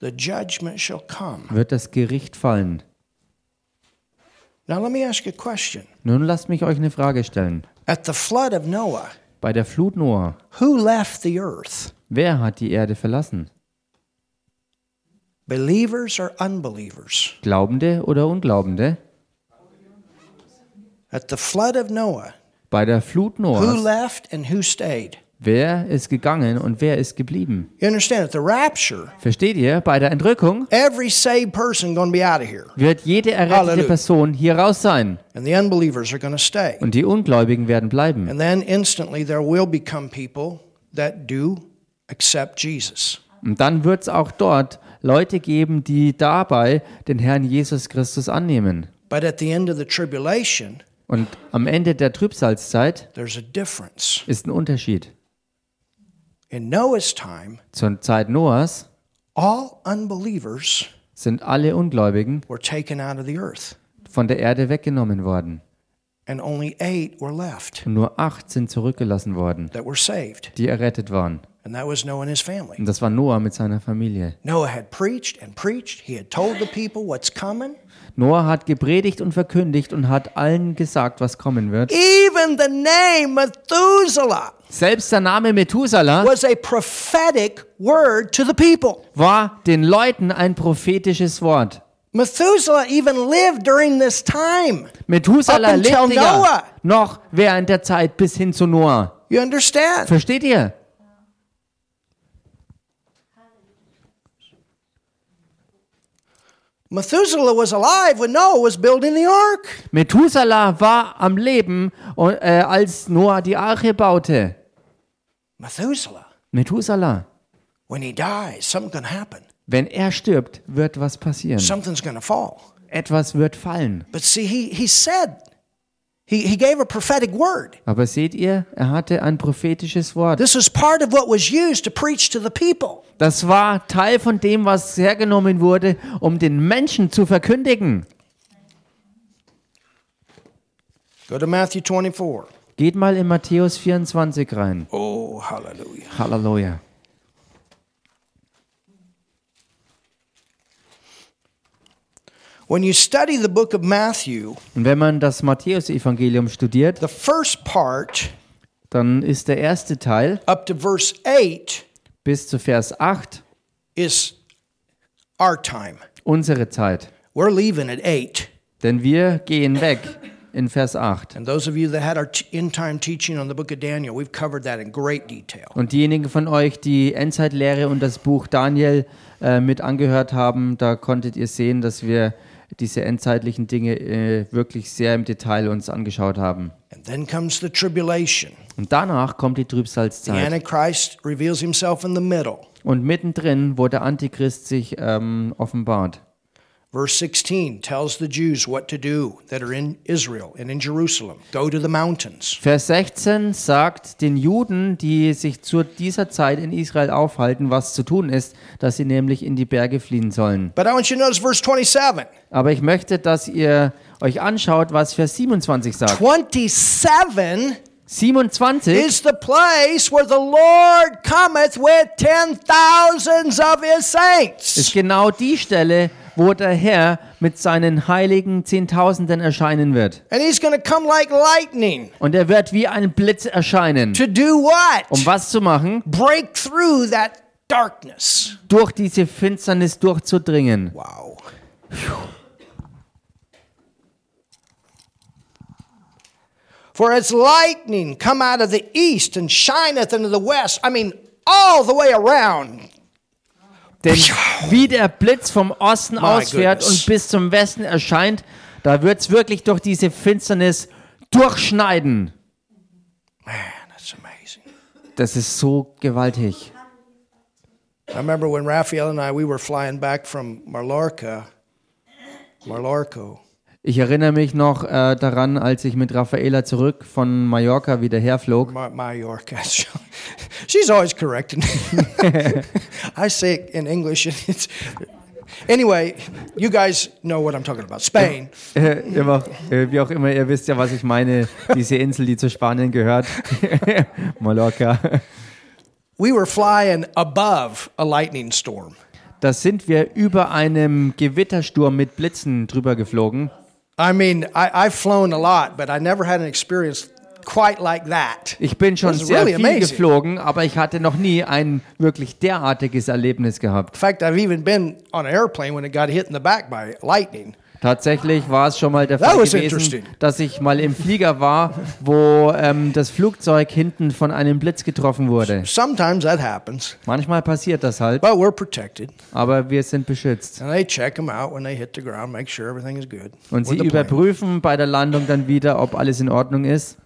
Speaker 1: the judgment shall come.
Speaker 2: wird das Gericht fallen.
Speaker 1: Now, let me ask you a question.
Speaker 2: Nun lasst mich euch eine Frage stellen.
Speaker 1: At the flood of Noah,
Speaker 2: Bei der Flut Noah,
Speaker 1: who left the earth?
Speaker 2: wer hat die Erde verlassen?
Speaker 1: Believers or unbelievers?
Speaker 2: Glaubende oder Unglaubende?
Speaker 1: At the flood of Noah,
Speaker 2: Bei der Flut
Speaker 1: who
Speaker 2: Noahs,
Speaker 1: left and who stayed?
Speaker 2: Wer ist gegangen und wer ist geblieben?
Speaker 1: You understand? At the rapture,
Speaker 2: Versteht ihr? Bei der Entrückung
Speaker 1: every saved person going to be out of here,
Speaker 2: wird jede errettete
Speaker 1: Halleluja.
Speaker 2: Person hier raus sein.
Speaker 1: and the unbelievers are going to stay.
Speaker 2: Und die Ungläubigen werden bleiben.
Speaker 1: And then instantly there will become people that do accept Jesus.
Speaker 2: Und dann wird es auch dort Leute geben, die dabei den Herrn Jesus Christus annehmen.
Speaker 1: But at the end of the tribulation,
Speaker 2: Und am Ende der Trübsalzeit
Speaker 1: there's a difference.
Speaker 2: ist ein Unterschied.
Speaker 1: In Noah's time,
Speaker 2: Zur Zeit Noahs
Speaker 1: all unbelievers
Speaker 2: sind alle Ungläubigen
Speaker 1: were taken out of the earth,
Speaker 2: von der Erde weggenommen worden.
Speaker 1: and only eight were left
Speaker 2: Und nur acht sind zurückgelassen worden,
Speaker 1: that were saved,
Speaker 2: die errettet waren.
Speaker 1: and that was Noah and his family.
Speaker 2: Und das war Noah mit seiner Familie.
Speaker 1: Noah had preached and preached. He had told the people what's coming.
Speaker 2: Noah hat gepredigt und verkündigt und hat allen gesagt, was kommen wird.
Speaker 1: Even the name Methuselah
Speaker 2: Selbst der Name Methuselah
Speaker 1: was a prophetic word to the people.
Speaker 2: war den Leuten ein prophetisches Wort.
Speaker 1: Methuselah even lived during this time.
Speaker 2: Methuselah
Speaker 1: Up until
Speaker 2: lebte ja
Speaker 1: Noah.
Speaker 2: noch während der Zeit bis hin zu Noah.
Speaker 1: You understand?
Speaker 2: Versteht ihr?
Speaker 1: Methuselah was alive when Noah was building the ark.
Speaker 2: Methuselah war am Leben, und, äh, als Noah die Arche baute.
Speaker 1: Methuselah,
Speaker 2: Methuselah,
Speaker 1: when he dies, something's going to happen.
Speaker 2: wenn er stirbt, wird was passieren.
Speaker 1: Something's going to fall.
Speaker 2: Etwas wird fallen.
Speaker 1: But see, he, he said, he, he gave a prophetic word.
Speaker 2: Aber seht ihr, er hatte ein prophetisches Wort.
Speaker 1: This is part of what was used to preach to the people.
Speaker 2: Das war Teil von dem, was hergenommen wurde, um den Menschen zu verkündigen.
Speaker 1: Go to Matthew 24.
Speaker 2: Geht mal in Matthäus 24 rein.
Speaker 1: Oh, hallelujah.
Speaker 2: Halleluja.
Speaker 1: When you study the book of Matthew,
Speaker 2: Und wenn man das Matthäusevangelium studiert,
Speaker 1: the first part
Speaker 2: dann ist der erste Teil
Speaker 1: up to verse 8
Speaker 2: bis zu Vers 8
Speaker 1: is our time.
Speaker 2: unsere Zeit.
Speaker 1: We're leaving at 8.
Speaker 2: Denn wir gehen weg in Vers 8.
Speaker 1: And those of you that had our t- end time teaching on the book of Daniel, we've covered that in great detail.
Speaker 2: Und diejenigen von euch, die Endzeitlehre und das Buch Daniel äh, mit angehört haben, da konntet ihr sehen, dass wir diese endzeitlichen Dinge äh, wirklich sehr im Detail uns angeschaut haben.
Speaker 1: And then comes the tribulation.
Speaker 2: Und danach kommt die
Speaker 1: The
Speaker 2: Trübsalzeit.
Speaker 1: Antichrist reveals himself in the middle.
Speaker 2: Und mittendrin, wo der Antichrist sich ähm, offenbart.
Speaker 1: Verse 16 tells the Jews what to do that are in Israel and in Jerusalem go to the mountains.
Speaker 2: Vers 16 sagt den Juden, die sich zu dieser Zeit in Israel aufhalten, was zu tun ist, dass sie nämlich in die Berge fliehen sollen.
Speaker 1: But I want you to notice verse 27.
Speaker 2: Aber ich möchte, dass ihr euch anschaut, was Vers 27 sagt.
Speaker 1: 27
Speaker 2: 27
Speaker 1: is the place where the Lord cometh with ten thousands of his
Speaker 2: ist
Speaker 1: saints.
Speaker 2: genau die Stelle, wo der Herr mit seinen heiligen Zehntausenden erscheinen wird.
Speaker 1: And he's going to come like lightning
Speaker 2: Und er wird wie ein Blitz erscheinen.
Speaker 1: to do what?
Speaker 2: Um was zu machen?
Speaker 1: break through that darkness.
Speaker 2: Durch diese Finsternis durchzudringen.
Speaker 1: Wow. For as lightning come out of the east and shineth into the west, I mean, all the way around,
Speaker 2: Denn wie der Blitz vom Osten ausfährt
Speaker 1: goodness.
Speaker 2: und bis zum Westen erscheint, da wird es wirklich durch diese Finsternis durchschneiden.
Speaker 1: man, that's amazing.
Speaker 2: Das ist so gewaltig.
Speaker 1: I remember when Raphael and I, we were flying back from Mallorca, Mallorco,
Speaker 2: Ich erinnere mich noch äh, daran, als ich mit Raffaela zurück von Mallorca wieder herflog.
Speaker 1: Ma- Mallorca. *laughs* She's always correcting me. I say it in English. And it's, anyway, you guys know what I'm talking about. Spain.
Speaker 2: Äh, ihr macht, äh, wie auch immer, ihr wisst ja, was ich meine. Diese Insel, die zu Spanien gehört. *laughs* Mallorca.
Speaker 1: We were flying above a lightning storm.
Speaker 2: Da sind wir über einem Gewittersturm mit Blitzen drüber geflogen.
Speaker 1: I mean, I, I've flown a lot, but I never had an experience quite like that.
Speaker 2: Ich bin schon
Speaker 1: That's
Speaker 2: sehr
Speaker 1: really
Speaker 2: viel
Speaker 1: amazing.
Speaker 2: geflogen, aber ich hatte noch nie ein wirklich derartiges Erlebnis gehabt.
Speaker 1: In fact, I've even been on an airplane when it got hit in the back by lightning.
Speaker 2: Tatsächlich war es schon mal der
Speaker 1: That
Speaker 2: Fall
Speaker 1: was
Speaker 2: gewesen,
Speaker 1: interesting.
Speaker 2: dass ich mal im Flieger war, wo ähm, das Flugzeug hinten von einem Blitz getroffen wurde.
Speaker 1: Sometimes that happens,
Speaker 2: Manchmal passiert das halt,
Speaker 1: but we're protected.
Speaker 2: aber wir sind beschützt.
Speaker 1: And they check them out when they hit the ground, make sure everything is good.
Speaker 2: Und sie
Speaker 1: with the plane.
Speaker 2: überprüfen bei der Landung dann wieder, ob alles in Ordnung ist.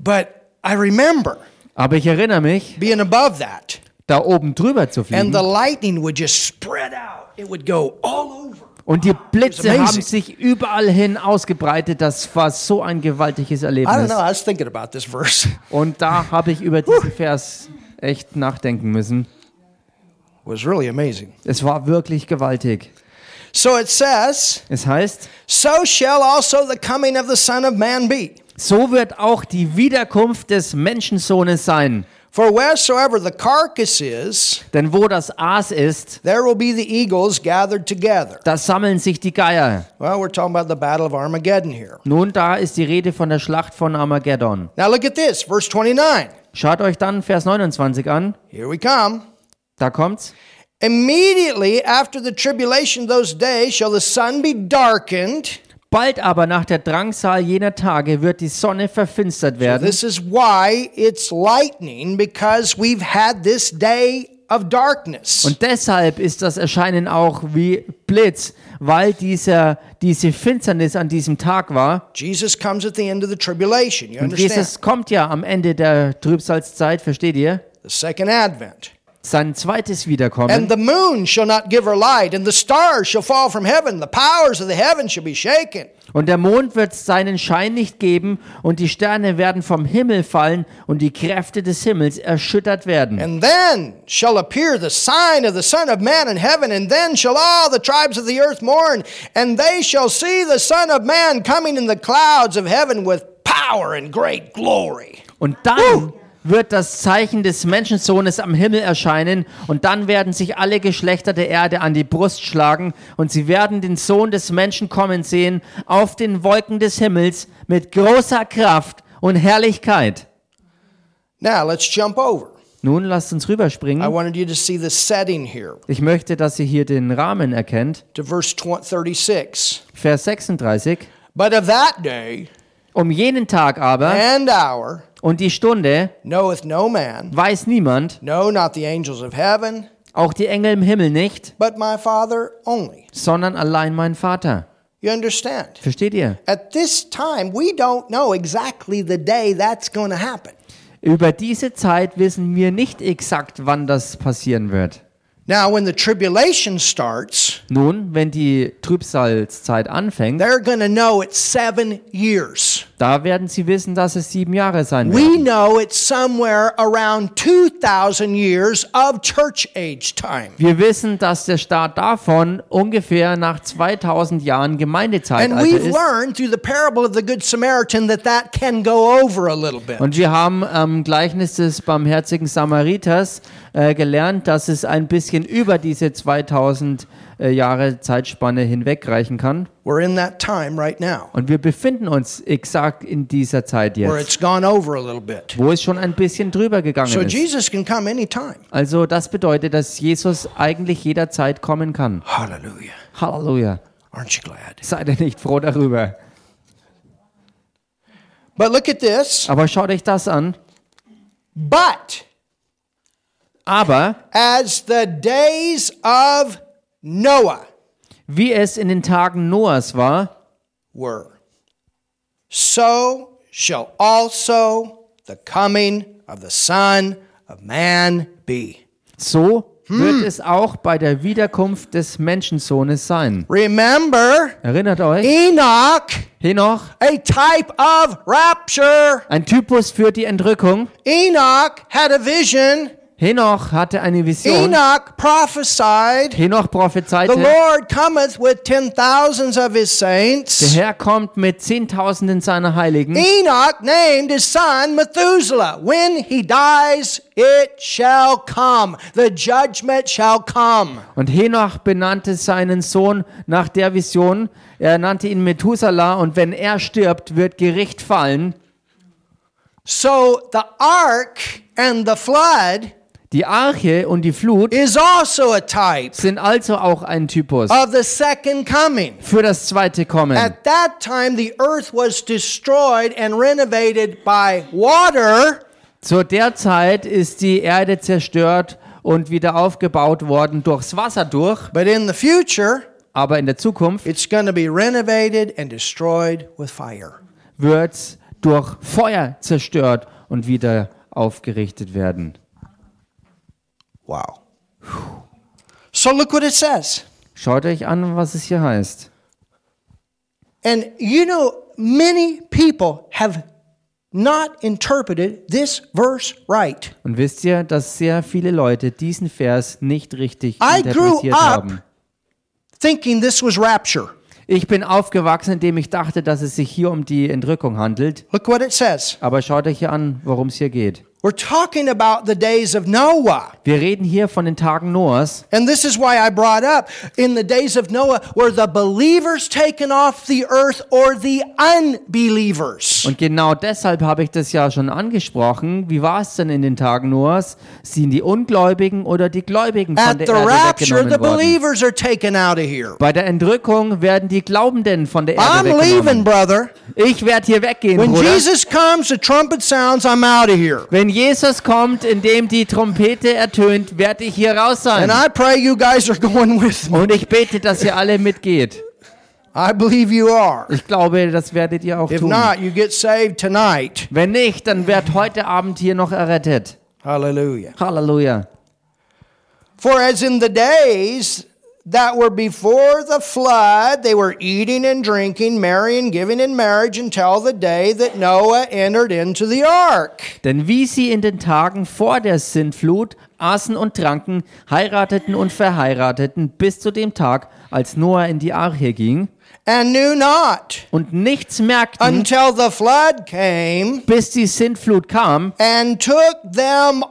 Speaker 1: But I remember
Speaker 2: Aber ich erinnere mich,
Speaker 1: being above that,
Speaker 2: da oben drüber zu
Speaker 1: and
Speaker 2: fliegen.
Speaker 1: the lightning would just spread out. It would go all over.
Speaker 2: Und die Blitze
Speaker 1: amazing.
Speaker 2: haben sich überall hin ausgebreitet. Das war so ein gewaltiges
Speaker 1: I don't
Speaker 2: Erlebnis.
Speaker 1: know. I was thinking about this verse. *laughs*
Speaker 2: Und da habe ich über diesen Vers echt nachdenken müssen.
Speaker 1: It was really amazing.
Speaker 2: Es war wirklich gewaltig.
Speaker 1: So it says,
Speaker 2: Es heißt,
Speaker 1: So shall also the coming of the Son of Man be.
Speaker 2: so wird auch die Wiederkunft des Menschensohnes sein.
Speaker 1: For wheresoever the carcass is,
Speaker 2: Denn wo das Aas ist,
Speaker 1: there will be the eagles gathered together.
Speaker 2: da sammeln sich die Geier.
Speaker 1: Well, we're talking about the Battle of Armageddon here.
Speaker 2: Nun, da ist die Rede von der Schlacht von Armageddon.
Speaker 1: Now look at this, verse 29.
Speaker 2: Schaut euch dann Vers 29 an.
Speaker 1: Here we come.
Speaker 2: Da kommt's.
Speaker 1: Immediately after the tribulation of those days shall the sun be darkened.
Speaker 2: Bald aber nach der Drangsal jener Tage wird die Sonne verfinstert werden.
Speaker 1: This is why it's lightning, because we've had this day of darkness.
Speaker 2: Und deshalb ist das Erscheinen auch wie Blitz, weil dieser, diese Finsternis an diesem Tag war.
Speaker 1: Jesus comes at the end of the tribulation. You
Speaker 2: Und
Speaker 1: understand?
Speaker 2: Jesus kommt ja am Ende der Trübsalzeit, versteht ihr?
Speaker 1: the second advent.
Speaker 2: Sein zweites Wiederkommen.
Speaker 1: And the moon shall not give her light, and the stars shall fall from heaven. The powers of the heaven shall be shaken.
Speaker 2: Und der Mond wird seinen Schein nicht geben und die Sterne werden vom Himmel fallen und die Kräfte des Himmels erschüttert werden.
Speaker 1: And then shall appear the sign of the Son of Man in heaven, and then shall all the tribes of the earth mourn, and they shall see the Son of Man coming in the clouds of heaven with power and great glory.
Speaker 2: Und dann wird das Zeichen des Menschensohnes am Himmel erscheinen und dann werden sich alle Geschlechter der Erde an die Brust schlagen und sie werden den Sohn des Menschen kommen sehen auf den Wolken des Himmels mit großer Kraft und Herrlichkeit.
Speaker 1: Now let's jump over.
Speaker 2: Nun lasst uns
Speaker 1: I
Speaker 2: rüberspringen.
Speaker 1: wanted you to see the setting here
Speaker 2: Ich möchte, dass ihr hier den Rahmen erkennt.
Speaker 1: to verse 20, 36.
Speaker 2: Vers 36.
Speaker 1: But of that day
Speaker 2: Um jenen Tag aber
Speaker 1: and hour
Speaker 2: und die Stunde
Speaker 1: knoweth no man,
Speaker 2: weiß niemand,
Speaker 1: no, not the angels of heaven,
Speaker 2: auch die Engel im Himmel nicht,
Speaker 1: but my Father only.
Speaker 2: sondern allein mein Vater.
Speaker 1: You understand?
Speaker 2: Versteht ihr?
Speaker 1: At this time, we don't know exactly the day that's going to happen.
Speaker 2: Über diese Zeit wissen wir nicht exakt, wann das passieren wird.
Speaker 1: Now, when the tribulation starts,
Speaker 2: Nun, wenn die Trübsalzeit anfängt,
Speaker 1: they're going to know it's seven years.
Speaker 2: da werden sie wissen, dass es sieben Jahre sein
Speaker 1: We
Speaker 2: wird.
Speaker 1: know it's somewhere around 2,000 years of church age time.
Speaker 2: Wir wissen, dass der Start davon ungefähr nach 2000 Jahren
Speaker 1: And
Speaker 2: Gemeindezeitalter
Speaker 1: we've
Speaker 2: ist.
Speaker 1: learned through the parable of the Good Samaritan that that can go over a little bit.
Speaker 2: Und wir haben am Gleichnis des barmherzigen Samariters äh, gelernt, dass es ein bisschen über diese 2000 äh, Jahre Zeitspanne hinwegreichen kann.
Speaker 1: We're in that time right now
Speaker 2: Und wir befinden uns exakt in dieser Zeit
Speaker 1: where
Speaker 2: jetzt,
Speaker 1: it's gone over a little bit.
Speaker 2: wo es schon ein bisschen drüber gegangen
Speaker 1: So
Speaker 2: ist.
Speaker 1: Jesus can come anytime.
Speaker 2: Also das bedeutet, dass Jesus eigentlich jederzeit kommen kann.
Speaker 1: Hallelujah.
Speaker 2: Halleluja.
Speaker 1: Aren't you glad?
Speaker 2: Seid ihr nicht froh darüber.
Speaker 1: But look at this.
Speaker 2: Aber schaut euch das an.
Speaker 1: But
Speaker 2: Aber
Speaker 1: as the days of Noah
Speaker 2: wie es in den Tagen Noahs war,
Speaker 1: were, so shall also the coming of the Son of Man be.
Speaker 2: so wird es auch bei der Wiederkunft des Menschensohnes sein.
Speaker 1: Remember,
Speaker 2: Erinnert euch,
Speaker 1: Enoch,
Speaker 2: Henoch,
Speaker 1: a type of rapture.
Speaker 2: ein Typus für die Entrückung.
Speaker 1: Enoch had a vision.
Speaker 2: Henoch hatte eine Vision.
Speaker 1: Enoch prophesied.
Speaker 2: Henoch
Speaker 1: The
Speaker 2: prophezeite,
Speaker 1: Lord cometh with ten thousands of his
Speaker 2: der
Speaker 1: saints.
Speaker 2: Herr kommt mit Zehntausenden seiner Heiligen.
Speaker 1: Enoch named his son Methuselah. When he dies, it shall come. The judgment shall come.
Speaker 2: Und Henoch benannte seinen Sohn nach der Vision. Er nannte ihn Methuselah und wenn er stirbt, wird Gericht fallen.
Speaker 1: So the ark and the flood
Speaker 2: Die Arche und die Flut
Speaker 1: is also a type
Speaker 2: sind also auch ein Typus
Speaker 1: of the second coming.
Speaker 2: für das zweite Kommen.
Speaker 1: At that time, the earth was destroyed and renovated by water,
Speaker 2: Zu der Zeit ist die Erde zerstört und wieder aufgebaut worden durchs Wasser durch,
Speaker 1: but in the future,
Speaker 2: aber in der Zukunft
Speaker 1: it's going to be renovated and destroyed with fire.
Speaker 2: wird durch Feuer zerstört und wieder aufgerichtet werden.
Speaker 1: Wow. So look what it says.
Speaker 2: Schaut euch an, was es hier heißt.
Speaker 1: And you know, many people have not interpreted this verse right.
Speaker 2: Und wisst ihr, dass sehr viele Leute diesen Vers nicht richtig
Speaker 1: I grew
Speaker 2: interpretiert
Speaker 1: up-
Speaker 2: haben.
Speaker 1: thinking this was rapture.
Speaker 2: Ich bin aufgewachsen, indem ich dachte, dass es sich hier um die Entrückung handelt.
Speaker 1: Look what it says.
Speaker 2: Aber schaut euch hier an, worum es hier geht.
Speaker 1: We're talking about the days of Noah.
Speaker 2: Wir reden hier von den Tagen Noahs.
Speaker 1: And this is why I brought up in the days of Noah were the believers taken off the earth or the unbelievers?
Speaker 2: Und genau deshalb habe ich das ja schon angesprochen. Wie war es denn in den Tagen Noahs? Sind die Ungläubigen oder die Gläubigen von
Speaker 1: At
Speaker 2: der
Speaker 1: the
Speaker 2: Erde
Speaker 1: rapture, the
Speaker 2: weggenommen worden?
Speaker 1: believers are taken out of here.
Speaker 2: Bei der Entrückung werden die Glaubenden von der
Speaker 1: I'm
Speaker 2: Erde
Speaker 1: leaving,
Speaker 2: weggenommen.
Speaker 1: brother.
Speaker 2: Ich werde hier weggehen,
Speaker 1: When
Speaker 2: Bruder.
Speaker 1: Jesus comes, the trumpet sounds, I'm out of here.
Speaker 2: Wenn Jesus kommt, indem die Trompete ertönt, werde ich hier raus sein.
Speaker 1: And I pray you guys are *laughs* going with me.
Speaker 2: Und ich bete, dass ihr alle mitgeht.
Speaker 1: I believe you are.
Speaker 2: Ich glaube, das werdet ihr auch
Speaker 1: If
Speaker 2: tun.
Speaker 1: not, you get saved tonight.
Speaker 2: Wenn nicht, dann wird heute Abend hier noch errettet.
Speaker 1: Hallelujah.
Speaker 2: Halleluja.
Speaker 1: For as in the days that were before the flood, they were eating and drinking, marrying, giving in marriage until the day that Noah entered into the ark.
Speaker 2: Denn wie sie in den Tagen vor der Sintflut aßen und tranken, heirateten und verheirateten, bis zu dem Tag, als Noah in die Arche ging
Speaker 1: And knew not
Speaker 2: und nichts merkten,
Speaker 1: until the flood came
Speaker 2: bis die Sintflut kam
Speaker 1: and took them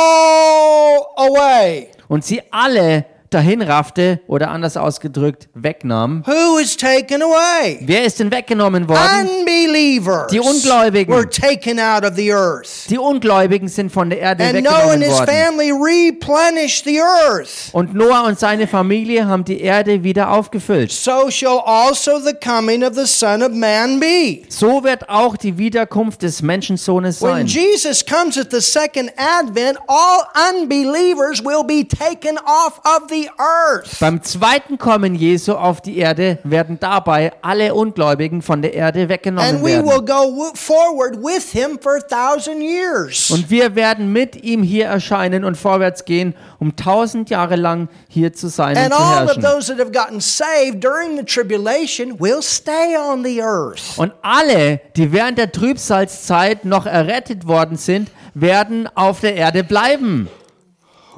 Speaker 1: all away.
Speaker 2: und sie alle dahin raffte oder anders ausgedrückt wegnahm.
Speaker 1: Who was taken away?
Speaker 2: Wer ist denn weggenommen worden?
Speaker 1: Unbelievers
Speaker 2: Die Ungläubigen.
Speaker 1: were taken out of the earth.
Speaker 2: Die Ungläubigen sind von der Erde
Speaker 1: And Noah
Speaker 2: weggenommen
Speaker 1: and his
Speaker 2: worden.
Speaker 1: family replenished the earth.
Speaker 2: Und Noah und seine Familie haben die Erde wieder aufgefüllt.
Speaker 1: so shall also the coming of the Son of Man be.
Speaker 2: So wird auch die Wiederkunft des Menschensohnes
Speaker 1: When
Speaker 2: sein.
Speaker 1: Jesus comes at the second advent, all unbelievers will be taken off of the earth.
Speaker 2: Beim zweiten Kommen Jesu auf die Erde werden dabei alle Ungläubigen von der Erde
Speaker 1: And
Speaker 2: weggenommen
Speaker 1: we will
Speaker 2: werden.
Speaker 1: go w- forward with him for a thousand years.
Speaker 2: Und wir werden mit ihm hier erscheinen und vorwärts gehen, um tausend Jahre lang hier zu sein und
Speaker 1: And
Speaker 2: zu
Speaker 1: all of
Speaker 2: herrschen.
Speaker 1: those that have gotten saved during the tribulation will stay on the earth.
Speaker 2: Und alle, die während der Trübsalzeit noch errettet worden sind, werden auf der Erde bleiben.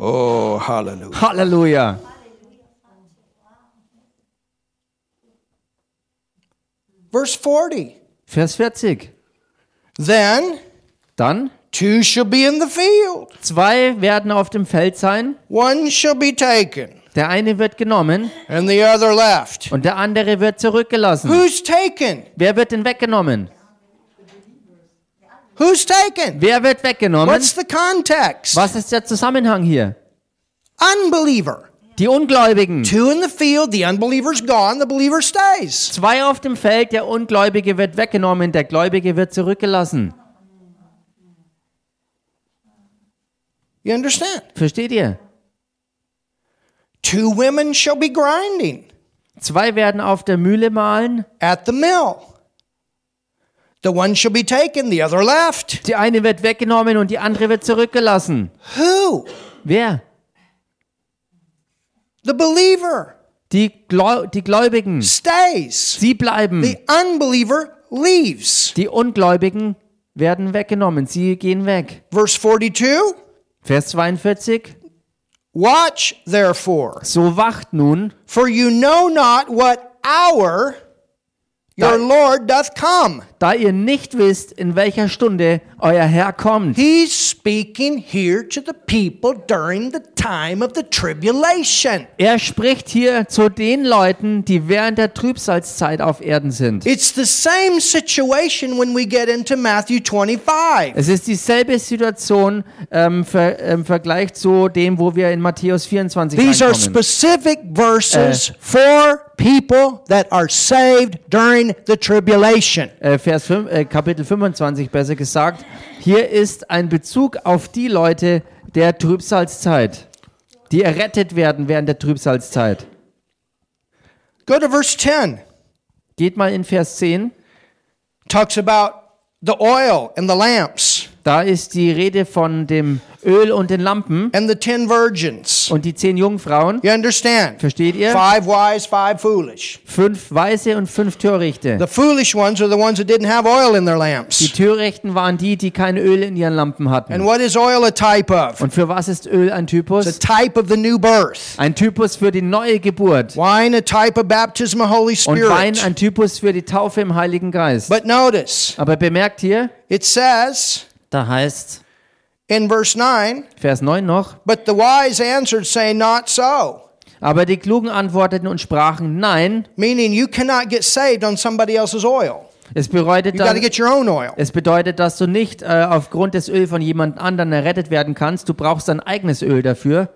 Speaker 1: Oh, hallelujah.
Speaker 2: Halleluja.
Speaker 1: Verse 40.
Speaker 2: Vers 40.
Speaker 1: Then
Speaker 2: Dann
Speaker 1: two shall be in the field,
Speaker 2: zwei werden auf dem Feld sein,
Speaker 1: one shall be taken,
Speaker 2: der eine wird genommen
Speaker 1: and the other left.
Speaker 2: und der andere wird zurückgelassen.
Speaker 1: Who's taken?
Speaker 2: Wer wird denn weggenommen?
Speaker 1: Who's taken?
Speaker 2: Wer wird weggenommen?
Speaker 1: What's the context?
Speaker 2: Was ist der Zusammenhang hier?
Speaker 1: Unbeliever.
Speaker 2: Die Ungläubigen.
Speaker 1: Two in the field, the unbeliever's gone, the believer stays.
Speaker 2: Zwei auf dem Feld, der Ungläubige wird weggenommen, der Gläubige wird zurückgelassen.
Speaker 1: You understand?
Speaker 2: Versteht ihr?
Speaker 1: Two women shall be grinding
Speaker 2: Zwei werden auf der Mühle mahlen,
Speaker 1: at the mill. The one shall be taken, the other left.
Speaker 2: die eine wird weggenommen und die andere wird zurückgelassen.
Speaker 1: Who?
Speaker 2: Wer?
Speaker 1: The believer
Speaker 2: Die, Gläu die Gläubigen.
Speaker 1: stays.
Speaker 2: Sie bleiben.
Speaker 1: The unbeliever leaves.
Speaker 2: Die Ungläubigen werden weggenommen. Sie gehen weg.
Speaker 1: Verse 42
Speaker 2: Vers 42.
Speaker 1: Watch therefore,
Speaker 2: So wacht nun,
Speaker 1: for you know not what hour Your Lord doth come.
Speaker 2: da ihr nicht wisst, in welcher Stunde euer Herr kommt.
Speaker 1: He's speaking here to the people during the time of the tribulation.
Speaker 2: Er spricht hier zu den Leuten, die während der Trübsalzeit auf Erden sind.
Speaker 1: It's the same situation when we get into Matthew 25.
Speaker 2: Es ist dieselbe Situation ähm, ver, im Vergleich zu dem, wo wir in Matthäus 24
Speaker 1: These are
Speaker 2: reinkommen.
Speaker 1: specific verses for people that are saved during the tribulation.
Speaker 2: äh, Vers 5, äh, Kapitel 25 besser gesagt. Hier ist ein Bezug auf die Leute der Trübsalzeit, die errettet werden während der Trübsalzeit.
Speaker 1: Go to verse 10.
Speaker 2: Geht mal in Vers 10,
Speaker 1: Talks about the oil and the lamps
Speaker 2: da ist die Rede von dem Öl und den Lampen
Speaker 1: and the 10 virgins.
Speaker 2: und die zehn Jungfrauen.
Speaker 1: You understand?
Speaker 2: Versteht ihr?
Speaker 1: Five wise, five foolish.
Speaker 2: Fünf Weiße und fünf Törichte.
Speaker 1: The foolish ones are the ones that didn't have oil in their
Speaker 2: Die
Speaker 1: lamps.
Speaker 2: Törichten waren die, die kein Öl in ihren Lampen
Speaker 1: And
Speaker 2: hatten.
Speaker 1: what is oil a type of?
Speaker 2: Und für was ist Öl ein
Speaker 1: It's
Speaker 2: Typus?
Speaker 1: a type of the new birth.
Speaker 2: Ein Typus für die neue Geburt.
Speaker 1: Wine, a type of baptism of Holy
Speaker 2: Und Wein
Speaker 1: Spirit.
Speaker 2: ein Typus für die Taufe im Heiligen Geist.
Speaker 1: But notice,
Speaker 2: Aber bemerkt hier,
Speaker 1: it says
Speaker 2: Da heißt
Speaker 1: in verse 9,
Speaker 2: Vers 9 noch,
Speaker 1: but the wise answered, saying, Not so.
Speaker 2: aber die Klugen antworteten und sprachen, nein,
Speaker 1: Meaning you cannot get saved on somebody else's oil.
Speaker 2: es bedeutet,
Speaker 1: You got to
Speaker 2: dann,
Speaker 1: get your own oil.
Speaker 2: es bedeutet, dass du nicht äh, aufgrund des Öl von jemand anderen errettet werden kannst, du brauchst dein eigenes Öl dafür.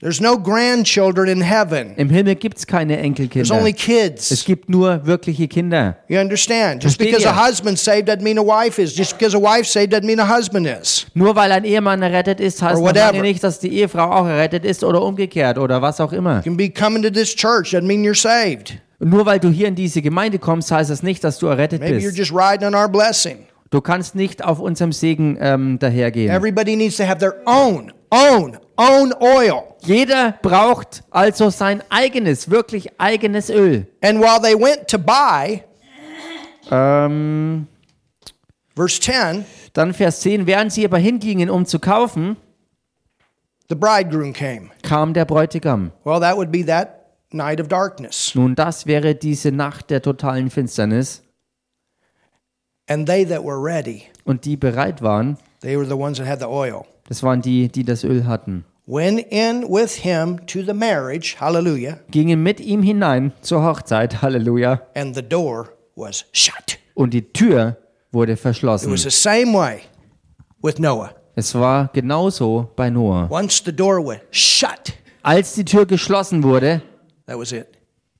Speaker 1: There's no grandchildren in heaven.
Speaker 2: Im Himmel gibt es keine
Speaker 1: There's
Speaker 2: Enkelkinder.
Speaker 1: only
Speaker 2: Es
Speaker 1: kids.
Speaker 2: gibt nur wirkliche Kinder.
Speaker 1: You understand? Just
Speaker 2: Versteht
Speaker 1: because
Speaker 2: ihr?
Speaker 1: a husband's saved doesn't mean a wife is. Just because a wife's saved doesn't mean a husband is.
Speaker 2: Nur weil ein Ehemann errettet ist, heißt
Speaker 1: Or
Speaker 2: noch lange
Speaker 1: whatever.
Speaker 2: nicht, dass die Ehefrau auch errettet ist oder umgekehrt oder was auch immer.
Speaker 1: You can be coming to this church doesn't mean you're saved.
Speaker 2: Und nur weil du hier in diese Gemeinde kommst, heißt das nicht, dass du errettet
Speaker 1: Maybe you're
Speaker 2: bist.
Speaker 1: just riding on our blessing.
Speaker 2: Du kannst nicht auf unserem Segen ähm, dahergehen.
Speaker 1: Everybody needs to have their own, own, own oil.
Speaker 2: Jeder braucht also sein eigenes, wirklich eigenes Öl.
Speaker 1: And while they went to buy,
Speaker 2: Ähm,
Speaker 1: verse 10,
Speaker 2: dann Vers 10, während sie aber hingingen, um zu kaufen,
Speaker 1: the bridegroom came.
Speaker 2: kam der Bräutigam.
Speaker 1: Well, that would be that night of darkness.
Speaker 2: Nun, das wäre diese Nacht der totalen Finsternis.
Speaker 1: And they that were ready,
Speaker 2: Und die bereit waren,
Speaker 1: they were the ones that had the oil,
Speaker 2: das waren die, die das Öl hatten,
Speaker 1: went in with him to the marriage, hallelujah,
Speaker 2: gingen mit ihm hinein zur Hochzeit, *laughs* Halleluja.
Speaker 1: and the door was shut.
Speaker 2: Und die Tür wurde
Speaker 1: It was
Speaker 2: verschlossen.
Speaker 1: the same way with Noah.
Speaker 2: Es war genauso bei Noah.
Speaker 1: Once the door was shut,
Speaker 2: Als die Tür geschlossen wurde,
Speaker 1: that was it.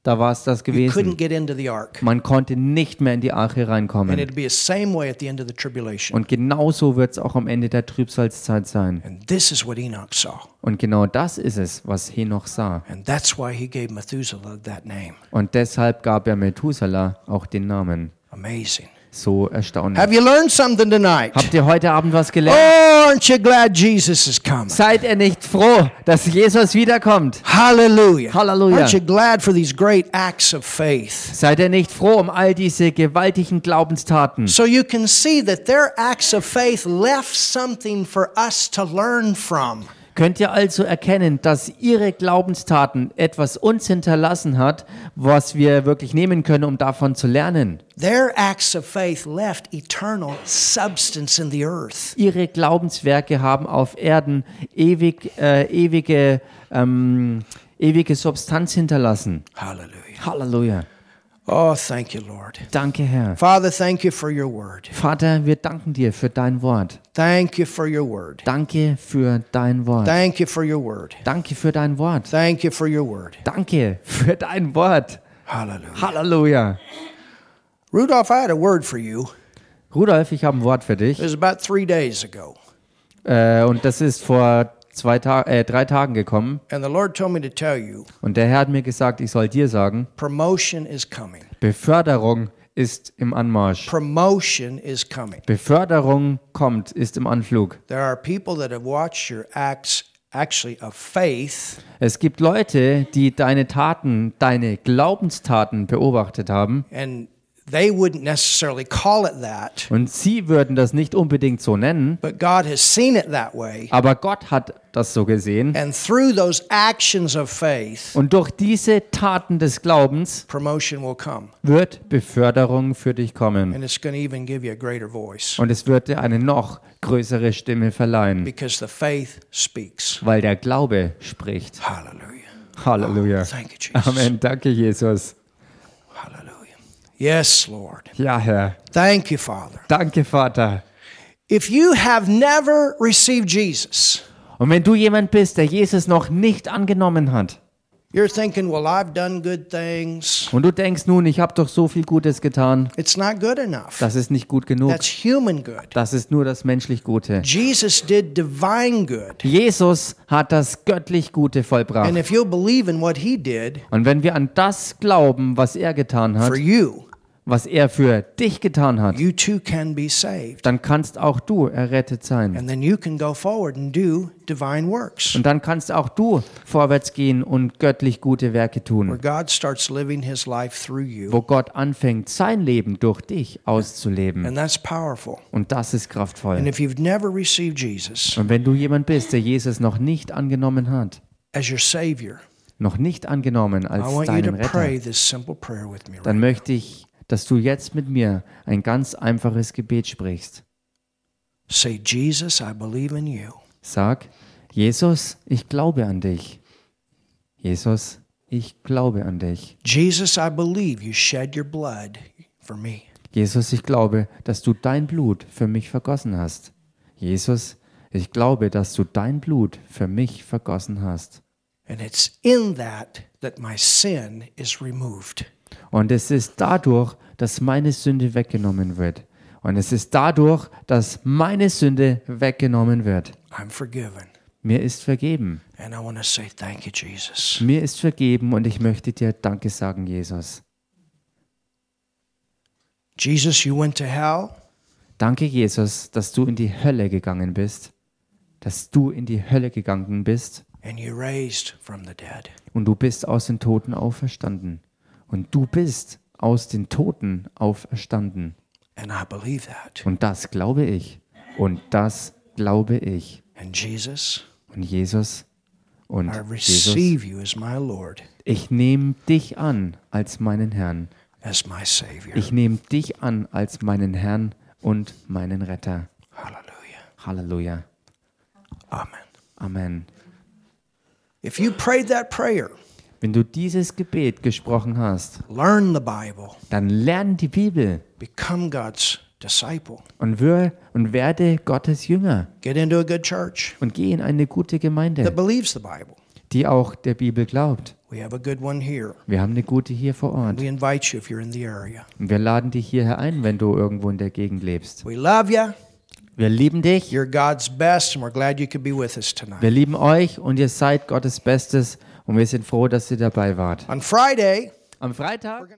Speaker 2: da war es das
Speaker 1: You couldn't
Speaker 2: gewesen.
Speaker 1: get into the ark.
Speaker 2: Man konnte nicht mehr in die Arche
Speaker 1: And
Speaker 2: reinkommen.
Speaker 1: it'd be the same way at the end of the tribulation.
Speaker 2: Und genauso wird es auch am Ende der Trübsalzeit sein.
Speaker 1: And this is what Enoch saw.
Speaker 2: Und genau das ist es, was Henoch sah.
Speaker 1: And that's why he gave Methuselah that name.
Speaker 2: Und deshalb gab er Methuselah auch den Namen.
Speaker 1: Amazing.
Speaker 2: So erstaunlich.
Speaker 1: Have you learned something tonight?
Speaker 2: Habt ihr heute Abend was gelernt?
Speaker 1: Oh, aren't you glad Jesus is coming?
Speaker 2: Seid ihr nicht froh, dass Jesus wiederkommt?
Speaker 1: Hallelujah.
Speaker 2: Hallelujah.
Speaker 1: Aren't you glad for these great acts of faith?
Speaker 2: Seid ihr nicht froh um all diese gewaltigen Glaubenstaten?
Speaker 1: So you can see that their acts of faith left something for us to learn from.
Speaker 2: Könnt ihr also erkennen, dass ihre Glaubenstaten etwas uns hinterlassen hat, was wir wirklich nehmen können, um davon zu lernen?
Speaker 1: Their acts of faith left eternal substance in the earth.
Speaker 2: ihre Glaubenswerke haben auf Erden ewig, äh, ewige, ähm, ewige Substanz hinterlassen.
Speaker 1: Hallelujah.
Speaker 2: Halleluja.
Speaker 1: Oh, thank you, Lord.
Speaker 2: Danke, Herr.
Speaker 1: Father, thank you for your word.
Speaker 2: Vater, wir danken dir für dein Wort.
Speaker 1: Thank you for your word.
Speaker 2: Danke für dein Wort.
Speaker 1: Thank you for your word.
Speaker 2: Danke für dein Wort.
Speaker 1: Thank you for your word.
Speaker 2: Danke für dein Wort.
Speaker 1: Hallelujah.
Speaker 2: Halleluja.
Speaker 1: Rudolph, I had a word for you.
Speaker 2: Rudolf, ich habe ein Wort für
Speaker 1: It
Speaker 2: dich.
Speaker 1: was about three days ago.
Speaker 2: Äh, und das ist vor zwei Ta äh, drei Tagen gekommen.
Speaker 1: And the Lord told me to tell you
Speaker 2: Und der Herr hat mir gesagt, ich soll dir sagen,
Speaker 1: promotion is coming.
Speaker 2: Beförderung ist im Anmarsch.
Speaker 1: Promotion is coming.
Speaker 2: Beförderung kommt, ist im Anflug.
Speaker 1: There are people that have watched your acts, actually, of faith,
Speaker 2: Es gibt Leute, die deine Taten, deine Glaubenstaten beobachtet haben
Speaker 1: and They wouldn't necessarily call it that,
Speaker 2: Und sie würden das nicht unbedingt so nennen,
Speaker 1: but God has seen it that way.
Speaker 2: aber Gott hat das so gesehen.
Speaker 1: And through those actions of faith,
Speaker 2: Und durch diese Taten des Glaubens
Speaker 1: promotion will come.
Speaker 2: wird Beförderung für dich kommen.
Speaker 1: And it's going to even give you a greater voice
Speaker 2: Und es wird dir eine noch größere Stimme verleihen,
Speaker 1: because the faith speaks.
Speaker 2: weil der Glaube spricht.
Speaker 1: Hallelujah.
Speaker 2: Halleluja.
Speaker 1: Oh, Thank you, Jesus.
Speaker 2: Amen. Danke, Jesus.
Speaker 1: Hallelujah. Yes, Lord.
Speaker 2: Ja, Herr.
Speaker 1: Thank you, Father.
Speaker 2: Danke, Vater.
Speaker 1: If you have never received Jesus,
Speaker 2: Und wenn du jemand bist, der Jesus noch nicht angenommen hat
Speaker 1: you're thinking, well, I've done good things.
Speaker 2: und du denkst nun, ich habe doch so viel Gutes getan,
Speaker 1: It's not good enough.
Speaker 2: das ist nicht gut genug.
Speaker 1: That's human good.
Speaker 2: Das ist nur das menschlich Gute.
Speaker 1: Jesus did divine good.
Speaker 2: Jesus hat das göttlich Gute vollbracht.
Speaker 1: And if you'll believe in what he did
Speaker 2: Und wenn wir an das glauben, was er getan
Speaker 1: for
Speaker 2: hat,
Speaker 1: you,
Speaker 2: was er für dich getan hat,
Speaker 1: you too can be saved.
Speaker 2: dann kannst auch du errettet sein.
Speaker 1: And then you can go forward and do divine works
Speaker 2: Und dann kannst auch du vorwärts gehen und göttlich gute Werke
Speaker 1: where
Speaker 2: tun,
Speaker 1: God starts living his life through you.
Speaker 2: wo Gott anfängt, sein Leben durch dich auszuleben.
Speaker 1: And that's powerful.
Speaker 2: Und das ist kraftvoll.
Speaker 1: And if you've never received Jesus
Speaker 2: Und wenn du jemand bist, der Jesus noch nicht angenommen hat,
Speaker 1: as your Savior,
Speaker 2: noch nicht angenommen
Speaker 1: I
Speaker 2: als
Speaker 1: want you to
Speaker 2: deinen Retter,
Speaker 1: pray this simple prayer with me.
Speaker 2: dann möchte ich, dass du jetzt mit mir ein ganz einfaches Gebet sprichst.
Speaker 1: Say, Jesus, I believe in you.
Speaker 2: Sag, Jesus, ich glaube an dich. Jesus, ich glaube an dich.
Speaker 1: Jesus, I believe you shed your blood for me.
Speaker 2: Jesus, ich glaube, dass du dein Blut für mich vergossen hast. Jesus, ich glaube, dass du dein Blut für mich vergossen hast.
Speaker 1: And it's in that that my sin is removed.
Speaker 2: Und es ist dadurch, dass meine Sünde weggenommen wird. Und es ist dadurch, dass meine Sünde weggenommen wird.
Speaker 1: I'm forgiven.
Speaker 2: Mir ist vergeben.
Speaker 1: And I want to say, thank you, Jesus.
Speaker 2: Mir ist vergeben und ich möchte dir Danke sagen, Jesus.
Speaker 1: Jesus, you went to hell.
Speaker 2: Danke, Jesus, dass du in die Hölle gegangen bist. Dass du in die Hölle gegangen bist
Speaker 1: and you raised from the dead.
Speaker 2: und du bist aus den Toten auferstanden. Und du bist aus den Toten auferstanden.
Speaker 1: And I believe that.
Speaker 2: Und das glaube ich. Und das glaube ich.
Speaker 1: And Jesus,
Speaker 2: Und Jesus, und
Speaker 1: I
Speaker 2: Jesus,
Speaker 1: receive you as my Lord,
Speaker 2: ich nehme dich an als meinen Herrn.
Speaker 1: as my Savior.
Speaker 2: Ich nehme dich an als meinen Herrn und meinen Retter.
Speaker 1: Hallelujah.
Speaker 2: Halleluja.
Speaker 1: Amen.
Speaker 2: Amen.
Speaker 1: If you prayed that prayer,
Speaker 2: Wenn du dieses Gebet gesprochen hast,
Speaker 1: learn the Bible,
Speaker 2: dann lern die Bibel
Speaker 1: become God's disciple,
Speaker 2: und, wir, und werde Gottes Jünger
Speaker 1: get into a good church
Speaker 2: und geh in eine gute
Speaker 1: that
Speaker 2: Gemeinde,
Speaker 1: believes the Bible.
Speaker 2: die auch der Bibel glaubt.
Speaker 1: We have a good one here.
Speaker 2: Wir haben eine gute hier vor Ort.
Speaker 1: We invite you if you're in the area.
Speaker 2: Und wir laden dich hierher ein, wenn du irgendwo in der Gegend lebst.
Speaker 1: We love you.
Speaker 2: Wir lieben dich.
Speaker 1: You're God's best, and we're glad you could be with us tonight.
Speaker 2: Wir lieben euch und ihr seid Gottes Bestes und wir sind froh, dass ihr dabei wart.
Speaker 1: On Friday,
Speaker 2: Am Freitag